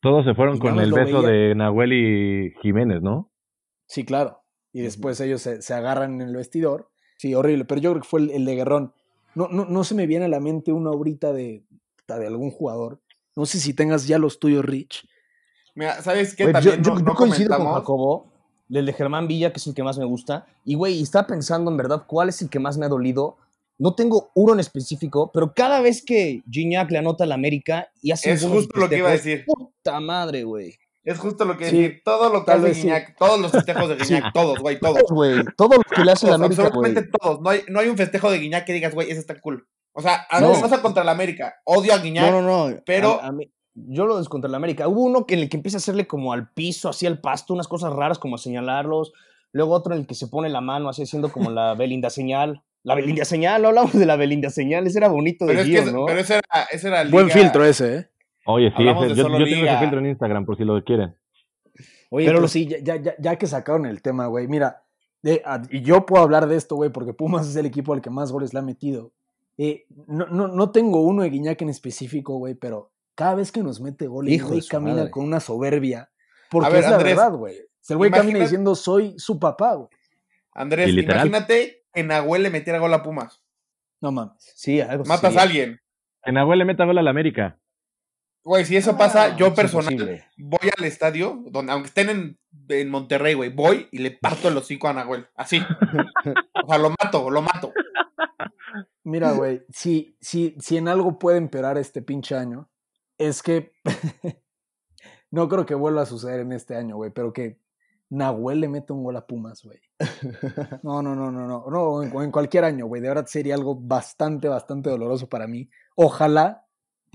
E: Todos se fueron
D: Y
E: con
D: nada más
E: el
D: lo
E: beso
D: veía.
E: de Nahuel y Jiménez, ¿no?
D: Sí, claro. Y después ellos se, se agarran en el vestidor. Sí, horrible. Pero yo creo que fue el, el de Guerrón. No, no, no se me viene a la mente una ahorita de, de algún jugador. No sé si tengas ya los tuyos, Rich.
C: Mira, ¿sabes qué?
B: Güey, pues yo,
C: También
B: yo-
C: no,
B: yo
C: no
B: coincido con
C: comentamos.
B: Jacobo, el de Germán Villa, que es el que más me gusta. Y, güey, estaba pensando en verdad cuál es el que más me ha dolido. No tengo uno en específico, pero cada vez que Gignac le anota al América y hace.
C: Es
B: goles
C: justo lo que iba a
B: festejos,
C: decir.
B: Puta madre, güey.
C: Es justo lo que
D: Sí,
C: decir. Todo lo que
D: tal
C: hace
D: vez sí.
C: Guiñac, todos los festejos de Guiñac, todos, güey, todos.
B: Todos, güey. Todo lo que le hace el
C: Todos,
B: América, güey.
C: absolutamente todos. No hay, no hay un festejo de Guiñac que digas, güey, ese está cool. O sea, a
B: No.
C: mí me pasa contra la América. Odio a Guiñac.
B: No, no, no.
C: pero-
B: A- a mí- yo lo descontra el América. Hubo uno que en el que empieza a hacerle como al piso, así al pasto, unas cosas raras como a señalarlos. Luego otro en el que se pone la mano, así haciendo como la Belinda señal. La Belinda señal, no hablamos de la Belinda señal. Ese era bonito
C: pero,
B: de
C: es que,
B: Gio,
C: es-
B: ¿no?
C: pero ese era, ese era
D: Buen
C: liga-
D: filtro ese, ¿eh?
E: Oye, sí,
C: Hablamos
E: ese-
C: de
E: yo,
C: solo
E: yo tengo ese
C: liga.
E: filtro en Instagram por si lo quieren.
D: Oye,
B: Pero
D: pero,
B: los-
D: sí, ya, ya, ya- ya que sacaron el tema, güey. Mira, de- a- y yo puedo hablar de esto, güey, porque Pumas es el equipo al que más goles le ha metido. Eh, no, no, no tengo uno de Guiñac en específico, güey, pero cada vez que nos mete goles, el
B: Hijo
D: güey
B: de su
D: camina
B: madre.
D: con una soberbia. Porque
C: ver,
D: es la
C: Andrés,
D: verdad, güey. El güey camina
C: imagina-
D: diciendo, soy su papá, güey.
C: Andrés,
E: Y literal.
C: imagínate que Nahuel le metiera gol a Pumas.
D: No mames.
B: Sí, algo
C: Matas
B: así.
C: a alguien.
E: Que Nahuel le meta gol a la América.
C: Güey, si
E: Ah,
C: eso pasa, yo personal
B: imposible.
C: voy al estadio, donde, aunque estén en, en Monterrey, güey, voy y le parto el hocico a Nahuel. Así. o sea, lo mato, lo mato.
D: Mira, güey, si, si, si en algo puede empeorar este pinche año, es que no creo que vuelva a suceder en este año, güey, pero que Nahuel le meta un gol a Pumas, güey. No, no, no, no, no, no, o en, o en cualquier año, güey, de verdad sería algo bastante, bastante doloroso para mí. Ojalá.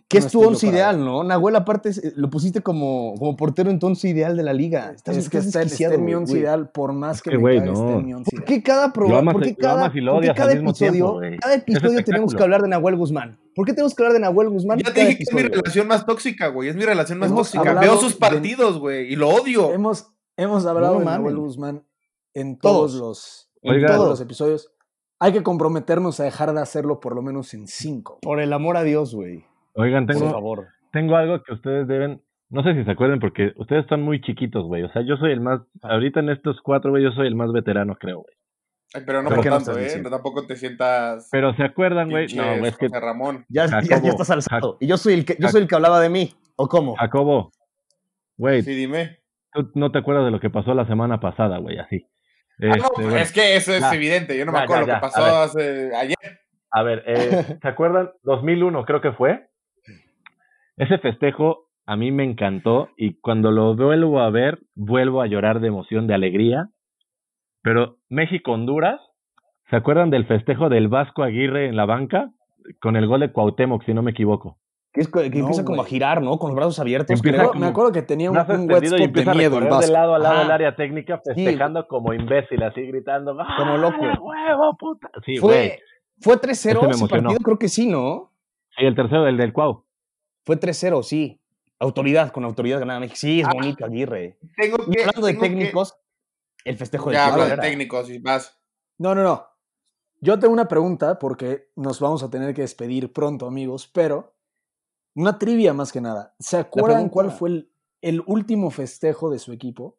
B: Que
D: no
B: es tu
D: esté yo
B: once
D: para
B: ideal, ¿no? Nahuel, aparte, es- lo pusiste como, como portero en tu once ideal de la liga.
D: ver.
B: Ah, Estás,
D: es que
B: estás
D: está, está
B: desquiciado,
D: en mi
B: güey,
D: once
B: güey.
D: ideal, por más que,
E: que,
D: me
E: güey,
D: cague, está
E: no.
D: en mi once
B: ¿Por
D: ideal.
B: qué cada
E: Lo
B: programa,
E: amas
B: por
E: y-
B: qué
E: lo
B: cada,
E: amas y lo
B: por qué
E: odias al
B: cada
E: mismo
B: episodio,
E: tiempo, güey?
B: cada episodio tenemos
E: espectáculo.
B: que hablar de Nahuel Guzmán? ¿Por qué tenemos que hablar de Nahuel Guzmán?
C: Ya te
B: cada
C: dije que es mi
B: episodio, güey?
C: relación más tóxica, güey. Es mi relación más
D: Hemos
C: tóxica.
D: hablado
C: Veo sus
D: de-
C: partidos, güey, y lo
B: Em-
C: odio.
D: Hemos, hemos hablado
B: no
D: de
B: mames.
D: Nahuel Guzmán en
B: Todos.
D: todos los...
B: En
E: Oiga.
D: todos
B: todos.
D: los episodios. Hay que comprometernos a dejar de hacerlo por lo menos en cinco.
B: Por el amor a Dios, güey.
E: Oigan,
B: Por
E: tengo,
B: favor.
E: tengo algo que ustedes deben, no sé si se acuerdan porque ustedes están muy chiquitos, güey. O sea, yo soy el más, ahorita en estos cuatro, güey, yo soy el más veterano, creo, güey.
C: Ay, pero no
B: ¿Pero
C: por
B: qué no
C: tanto,
B: estás
C: ¿eh?
B: diciendo?
C: Tampoco te sientas.
E: Pero se acuerdan, güey.
C: pinches,
E: No, güey, es que
C: José Ramón.
B: Ya, ya- ya
E: Jacobo,
B: estás alzado. Y yo soy, el que, yo soy el que hablaba de mí. ¿O cómo?
E: Jacobo, güey,
C: Sí, dime.
E: tú no te acuerdas de lo que pasó la semana pasada, güey, así.
C: Ah, no,
E: Este,
C: pues,
E: bueno,
C: es que eso es
E: Ya.
C: evidente. Yo no
E: Ya,
C: me acuerdo
E: ya,
C: lo que
E: ya.
C: pasó
E: A
C: hace- ayer.
E: A ver, eh, ¿se acuerdan? 2001 creo que fue. Ese festejo a mí me encantó y cuando lo vuelvo a ver, vuelvo a llorar de emoción, de alegría. Pero México-Honduras, ¿se acuerdan del festejo del Vasco Aguirre en la banca? Con el gol de Cuauhtémoc, si no me equivoco.
B: Que, es, que
D: No,
B: empieza como a
D: güey.
B: girar, ¿no? Con los brazos abiertos.
E: Empieza
B: creo.
E: como-
D: me acuerdo que tenía un,
E: Brazo
D: un wet
E: extendido y
D: spot de
E: empieza a
D: miedo el
E: recorrer de
D: Vasco.
E: lado a lado
B: Ajá.
E: del área técnica, festejando como imbécil, así gritando. ¡Ah,
B: Como loco.
E: huevo, puta! Sí, güey.
B: fue fue
E: Ese
B: 3-0
E: me
B: ese
E: emocionó.
B: partido, creo que sí, ¿no?
E: Sí, el tercero, el del Cuau.
B: Fue 3-0, sí. Autoridad, con autoridad ganada México. Sí, es bonito, Aguirre.
C: Ah. Tengo
B: Y
C: que.
B: hablando de
C: tengo que-
B: técnicos, el festejo de
C: Ya habla de
B: Herrera.
C: técnicos y más.
D: No, no, no. Yo tengo una pregunta porque nos vamos a tener que despedir pronto, amigos, pero una trivia más que nada. ¿Se acuerdan
B: pregunta-
D: cuál fue el, el último festejo de su equipo?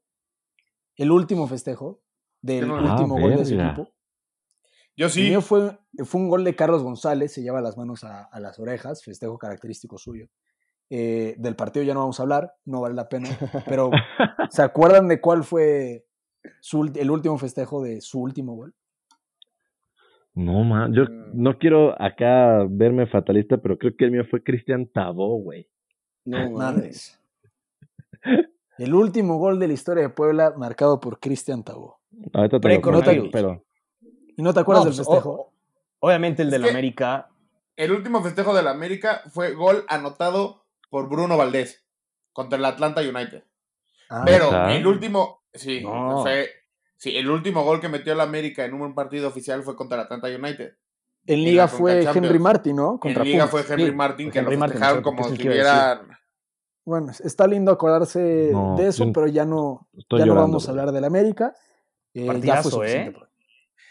D: El último festejo del
C: no-
D: último
E: Ah,
D: gol de su
E: verga.
D: equipo.
C: Yo
D: El
C: sí.
D: mío fue, fue un gol de Carlos González, se lleva las manos a, a las orejas, festejo característico suyo. Eh, del partido ya no vamos a hablar, no vale la pena, pero ¿se acuerdan de cuál fue su ult- el último festejo de su último gol?
E: No, man, yo
C: Mm.
E: no quiero acá verme fatalista, pero creo que el mío fue Cristian Tabó, güey.
B: No,
D: Mames. El último gol de la historia de Puebla marcado por Cristian Tabó.
E: Ahorita te lo
B: Pre-coronavirus.
E: comento, pero
D: ¿Y no te acuerdas
B: No,
D: del
B: pues,
D: festejo?
B: o- obviamente el
C: Es
B: del
C: que-
B: América.
C: El último festejo de la América fue gol anotado por Bruno Valdés contra el Atlanta United.
D: Ah,
C: Pero
E: ¿neta?
C: el último, sí,
B: No.
C: fue, sí, el último gol que metió el América en un partido oficial fue contra el Atlanta United.
D: en
C: en
D: Liga
C: la
D: fue
C: Conca Champions.
D: Henry Martin, ¿no?
C: En
D: Contra
C: liga fue
D: Pumas.
C: Henry
B: sí,
C: Martin, que
B: Henry
C: lo
B: Martin,
C: festejaron
B: sí, porque
C: como
B: eso
C: si
B: te iba a decir.
C: hubieran...
D: Bueno, está lindo acordarse
E: No,
D: de eso,
E: yo-
D: pero ya no,
E: estoy
D: ya no
E: llorando,
D: vamos a
E: güey.
D: hablar del América. Eh, ya fue
B: Partidazo,
D: suficiente
B: ¿eh?
D: por hoy.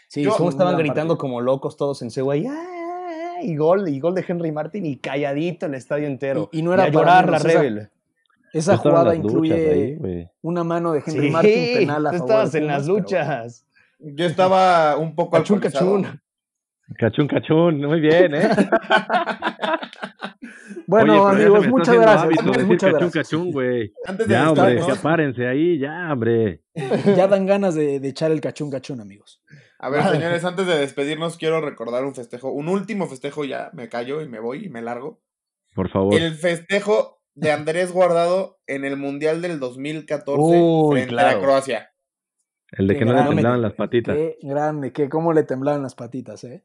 D: Sí,
C: Yo-
D: fue
B: ¿Cómo
D: un
B: estaban
D: gran
B: gritando
D: partido.
B: como locos todos en Seúl? ahí, ¡ah! Y gol, y gol de Henry Martin y calladito el estadio entero.
D: Y- y no era
B: a
D: para
B: llorar la
D: menos esa-
B: Rebel.
E: Yo
D: Esa
E: estaba en
D: jugada
E: las duchas
D: incluye
E: ahí, güey.
D: una mano de Henry
B: Sí,
D: Martin penal a
B: tú
D: favor de
B: estabas en
D: Pumas,
B: las
D: pero-
B: luchas.
C: Yo estaba un poco
B: Cachún,
C: alcoholizado.
B: cachún.
E: Cachún, cachún, muy bien, ¿eh? Oye,
D: Bueno,
E: pero ya se me
D: amigos,
E: está
D: muchas
E: haciendo
D: gracias.
E: hábito
D: amigos,
E: decir
D: muchas
E: cachún,
D: gracias.
E: cachún, güey.
C: Antes de
E: Ya,
C: estar,
E: hombre,
D: ¿no?
E: que apárense ahí, ya, hombre.
D: Ya dan ganas de, de echar el cachún cachún, amigos.
C: A ver,
B: Madre.
C: señores, antes de despedirnos, quiero recordar un festejo, un último festejo, ya me callo y me voy y me largo.
E: Por favor.
C: El festejo de Andrés Guardado en el Mundial del 2014
B: Uy,
C: frente a
B: claro.
C: la Croacia.
E: El de
D: Qué
E: que no le
D: grande.
E: temblaban las patitas.
D: Qué grande, que cómo le temblaron las patitas, ¿eh?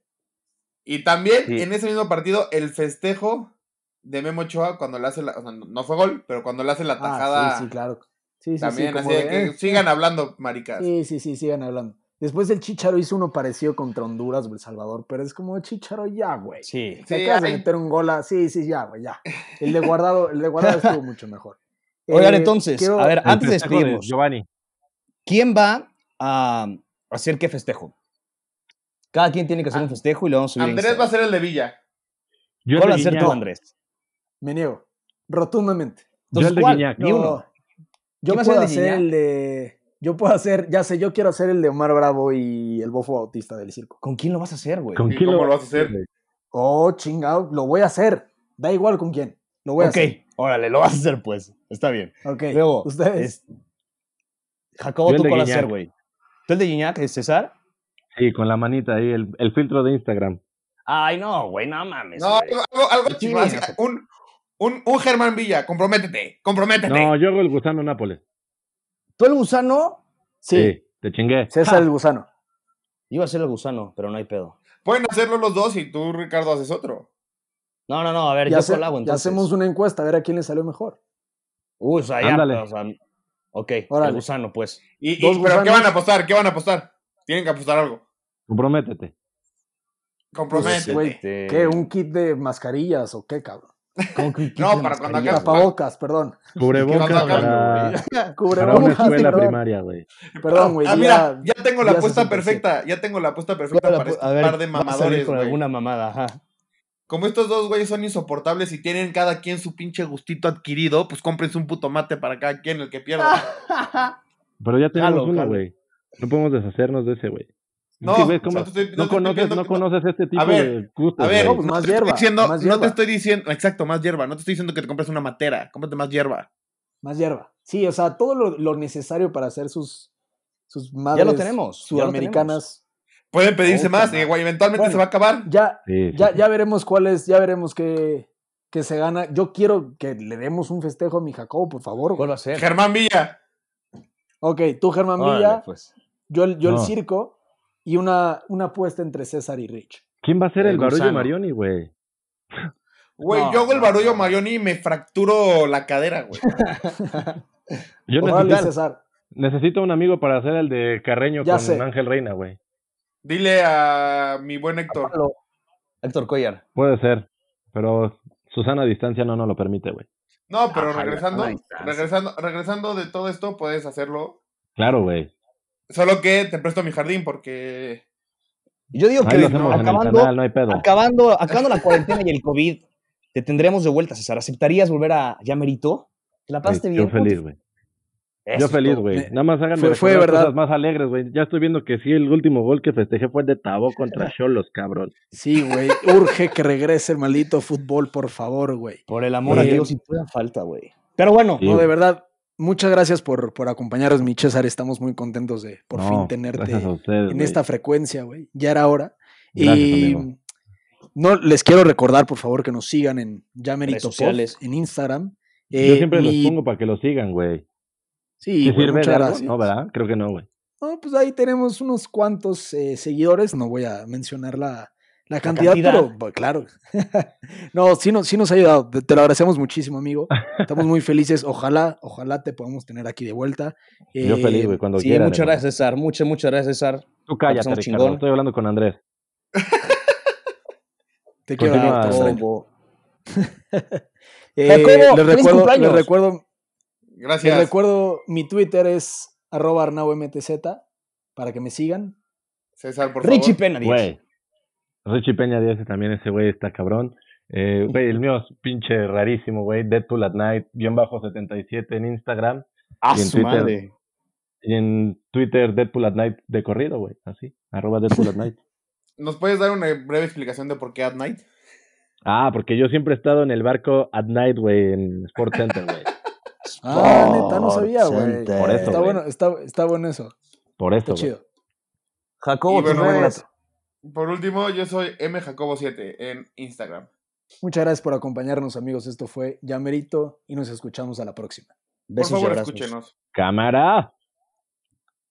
C: Y también
B: Sí.
C: en ese mismo partido, el festejo de Memo Ochoa cuando le hace la. O sea, no fue gol, pero cuando le hace la tajada.
D: Ah, sí, sí, claro. Sí, sí,
C: También,
D: sí, como
C: así de
D: de,
C: que
D: "Eh,
C: sigan hablando, maricas.
D: Sí, sí, sí, sigan hablando. Después el Chicharo hizo uno parecido contra Honduras o El Salvador, pero es como Chicharo ya, güey.
B: Sí.
D: Se
C: Sí,
D: acabas
C: ay.
D: de meter un gol a... Sí, sí, ya, güey, ya. El de guardado, el de guardado estuvo mucho mejor.
B: Oigan,
D: Eh,
B: entonces,
D: quiero-
B: a ver,
E: El
B: antes de
E: festejo de
B: despedirnos,
E: Giovanni.
B: ¿quién va a hacer qué festejo? Cada quien tiene que
E: Ah,
B: hacer un festejo y lo vamos a subir. a
C: Andrés va a
B: Instagram.
C: ser el de Villa.
E: Yo el
B: ¿Cuál
E: de
B: va a ser
E: Guiñac.
B: tú, Andrés?
D: Me niego. Rotundamente.
E: Yo el
B: Entonces,
E: de
B: ¿cuál?
E: Guiñac.
B: Di uno.
D: Yo
B: ¿Quién va a ser el
D: puedo
B: de
D: hacer
B: Gignac?
D: el de... Yo puedo hacer, ya sé, yo quiero hacer el de Omar Bravo y el Bofo Bautista del circo.
B: ¿Con quién lo vas a hacer, güey?
E: ¿Con
C: ¿Y
E: quién
C: cómo lo
E: lo
C: vas a hacer?
D: Oh, chingado, lo voy a hacer. Da igual con quién. Lo voy a
B: Ok, órale, lo vas a hacer, pues. Está bien.
D: hacer. Ok.
B: Luego,
D: Ustedes.
B: es- Jacobo,
E: Yo el
B: ¿tú
E: de
B: cuál vas a
E: Guiñac.
B: hacer, güey? ¿Tú el de Gignac, el César?
E: Sí, con la manita ahí, el, el filtro de Instagram.
B: Ay, no, güey, no mames.
C: No,
B: güey.
C: algo, algo, algo
B: Sí,
C: chingón, así,
B: no sé.
C: un, un, un Germán Villa, comprométete, comprométete.
E: No, yo hago el gusano Nápoles.
B: ¿Tú el gusano?
D: Sí,
E: Te chingué.
D: César
B: Ja.
D: el gusano.
B: Iba a ser el gusano, pero no hay pedo.
C: Pueden hacerlo los dos y tú, Ricardo, haces otro.
B: No, no, no, a ver,
D: Y
B: yo
D: hace-
B: solo hago
D: y
B: entonces.
D: hacemos una encuesta a ver a quién le salió mejor.
B: Uy, o sea, ya,
E: Ándale.
B: pero, o sea, ok,
D: Órale.
B: el gusano, pues.
C: Y, y-
D: Dos
C: pero ¿qué
D: gusanos.
C: van a apostar? ¿Qué van a apostar? Tienen que apostar algo.
E: Comprométete.
C: Comprométete.
D: güey,
B: Este,
D: ¿Qué? ¿Un kit de mascarillas o qué, cabrón?
B: ¿cómo que un kit
C: No,
B: de
C: para cuando
B: mascarillas,
C: acabe-
B: güey?
D: Tapabocas, perdón.
C: ¿Qué vas
E: Cubrebocas
C: a hablar,
E: para, para una
D: Cubrebocas,
E: escuela
D: perdón.
E: primaria, güey.
D: Perdón, güey.
C: ah,
D: ya-
C: mira, ya tengo la
D: ya
C: apuesta
D: 67.
C: perfecta. Ya tengo la apuesta perfecta
B: Claro,
C: para
B: pues,
C: este
B: a ver,
C: par de
B: va a salir
C: mamadores,
B: con
C: güey.
B: alguna mamada, ajá.
C: Como estos dos güeyes son insoportables y tienen cada quien su pinche gustito adquirido, pues cómprense un puto mate para cada quien, el que pierda.
E: Pero ya tenemos
B: Jalo,
E: uno,
B: jalo.
E: güey. No podemos deshacernos de ese, güey.
C: No,
E: Es que, güey, ¿cómo-
C: o sea, te estoy-
E: no
C: te estoy
E: conoces,
C: pidiendo
E: no
C: que-
E: conoces este tipo
C: A ver,
E: de gustos,
C: a ver,
D: No,
E: güey.
D: pues
C: no
D: más
C: te estoy
D: hierba,
C: diciendo-
D: más
C: no te
D: hierba.
C: estoy diciendo, exacto, más hierba. No te estoy diciendo que te compres una matera, cómprate más hierba.
D: Más hierba. Sí, o sea, todo lo, lo necesario para hacer sus, sus madres
B: Ya lo tenemos, ya lo
D: sudamericanas.
C: Pueden pedirse
D: Puta
C: más,
D: madre.
C: eh, güey, eventualmente
D: Bueno.
C: se va a acabar.
D: Ya,
E: Sí, sí,
D: ya,
E: sí.
D: ya veremos cuál es, ya veremos qué, qué se gana. Yo quiero que le demos un festejo a mi Jacobo, por favor.
B: ¿Cuál va a ser?
C: Germán Villa,
D: Ok, tú, Germán
B: Órale,
D: Villa,
B: pues.
D: yo, el- yo
E: No.
D: el circo y una, una apuesta entre César y Rich.
E: ¿Quién va a ser
B: El
E: el barullo
B: gusano.
E: Marioni, güey?
C: güey,
B: No,
C: yo hago el
B: no,
C: barullo
B: no.
C: Marioni y me fracturo la cadera, güey.
E: Yo
D: Órale,
E: necesito,
D: César.
E: necesito un amigo para hacer el de Carreño
D: Ya
E: con
D: sé.
E: Ángel Reina, güey.
C: Dile a mi buen Héctor.
B: Pablo. Héctor Collar.
E: Puede ser, pero Susana a distancia no nos lo permite, güey.
C: No, pero
B: Ajá, la
C: regresando,
B: sana distancia.
C: regresando, regresando de todo esto, puedes hacerlo.
E: Claro, güey.
C: Solo que te presto mi jardín porque
B: Yo digo que
E: Ahí lo
B: no,
E: hacemos en el
B: acabando,
E: canal, no hay pedo.
B: acabando, acabando la cuarentena y el COVID, te tendremos de vuelta, César. ¿Aceptarías volver a ya merito? ¿Te la pasaste
E: Güey,
B: bien?
E: Yo feliz, güey. Yo feliz, güey. Nada más háganme
D: Fue- fue
E: recordar
D: verdad.
E: cosas más alegres, güey. Ya estoy viendo que sí, el último gol que festejé fue el de Tabo contra Cholos, cabrón.
D: Sí, güey. Urge que regrese el maldito fútbol, por favor, güey.
B: Por el amor a
D: Sí.
B: Dios, si te da falta, güey. Pero bueno,
E: Sí,
D: No, de
E: güey.
D: verdad, muchas gracias por, por acompañarnos, mi César. Estamos muy contentos de por
E: No,
D: fin tenerte
E: Gracias a
D: en
E: ustedes, güey.
D: esta frecuencia, güey. Ya era hora.
E: Gracias,
D: y
E: amigo.
D: no les quiero recordar, por favor, que nos sigan en
B: Redes
D: Yamerito
B: sociales.
D: en Instagram.
E: Yo
D: Eh,
E: siempre los
D: mi-
E: pongo para que lo sigan, güey.
D: Sí,
E: ¿Sí
D: güey,
E: sirve
D: muchas
E: de algo?
D: gracias.
E: No, ¿verdad? Creo que no, güey.
D: No, pues ahí tenemos unos cuantos eh, seguidores. No voy a mencionar la, la cantidad,
B: cantidad.
D: pero pues, claro. no, sí, nos- sí nos ha ayudado. Te, te lo agradecemos muchísimo, amigo. Estamos muy felices. Ojalá, ojalá te podamos tener aquí de vuelta.
E: Yo
D: Eh,
E: feliz, güey, cuando
B: Sí,
E: quieras.
B: muchas
E: hermano.
B: gracias, César. Muchas, muchas gracias, César.
E: Tú cállate,
B: Pasamos
E: Ricardo.
B: chingón.
E: Estoy hablando con Andrés.
D: Te quiero
E: Continúa,
D: dar, te
E: Andrés.
D: extraño. Eh,
B: Jacobo,
D: les
B: feliz
D: recuerdo, les
B: cumpleaños.
D: recuerdo, les
C: Gracias.
D: recuerdo, mi Twitter es arroba arnaumtz para que me sigan.
C: César, por
B: Richie
C: favor.
B: Pena, Díaz.
E: Güey. Richie Peña Díaz también, ese güey está cabrón. Eh, güey, el mío es pinche rarísimo, güey. Deadpool at Night, guión bajo 77 en Instagram.
B: A
E: Y en
B: su
E: Twitter.
B: madre.
E: Y en Twitter, Deadpool at Night de corrido, güey. Así, arroba Deadpool at Night.
C: ¿Nos puedes dar una breve explicación de por qué At Night?
E: Ah, porque yo siempre he estado en el barco at night, güey, en Sport Center, güey.
D: Ah, neta, no sabía, güey.
B: Sportscenter.
E: Por eso,
D: Está
E: güey.
D: bueno, está, está bueno eso.
E: Por
D: Está
E: eso, güey.
D: chido.
B: Jacobo,
C: Y
B: tus
C: bueno,
B: redes.
C: Por último, yo soy mjacobo7 en Instagram.
D: Muchas gracias por acompañarnos, amigos. Esto fue Llamerito y nos escuchamos a la próxima.
C: Por
B: Besos y
C: favor,
B: abrazos.
C: escúchenos.
E: Cámara.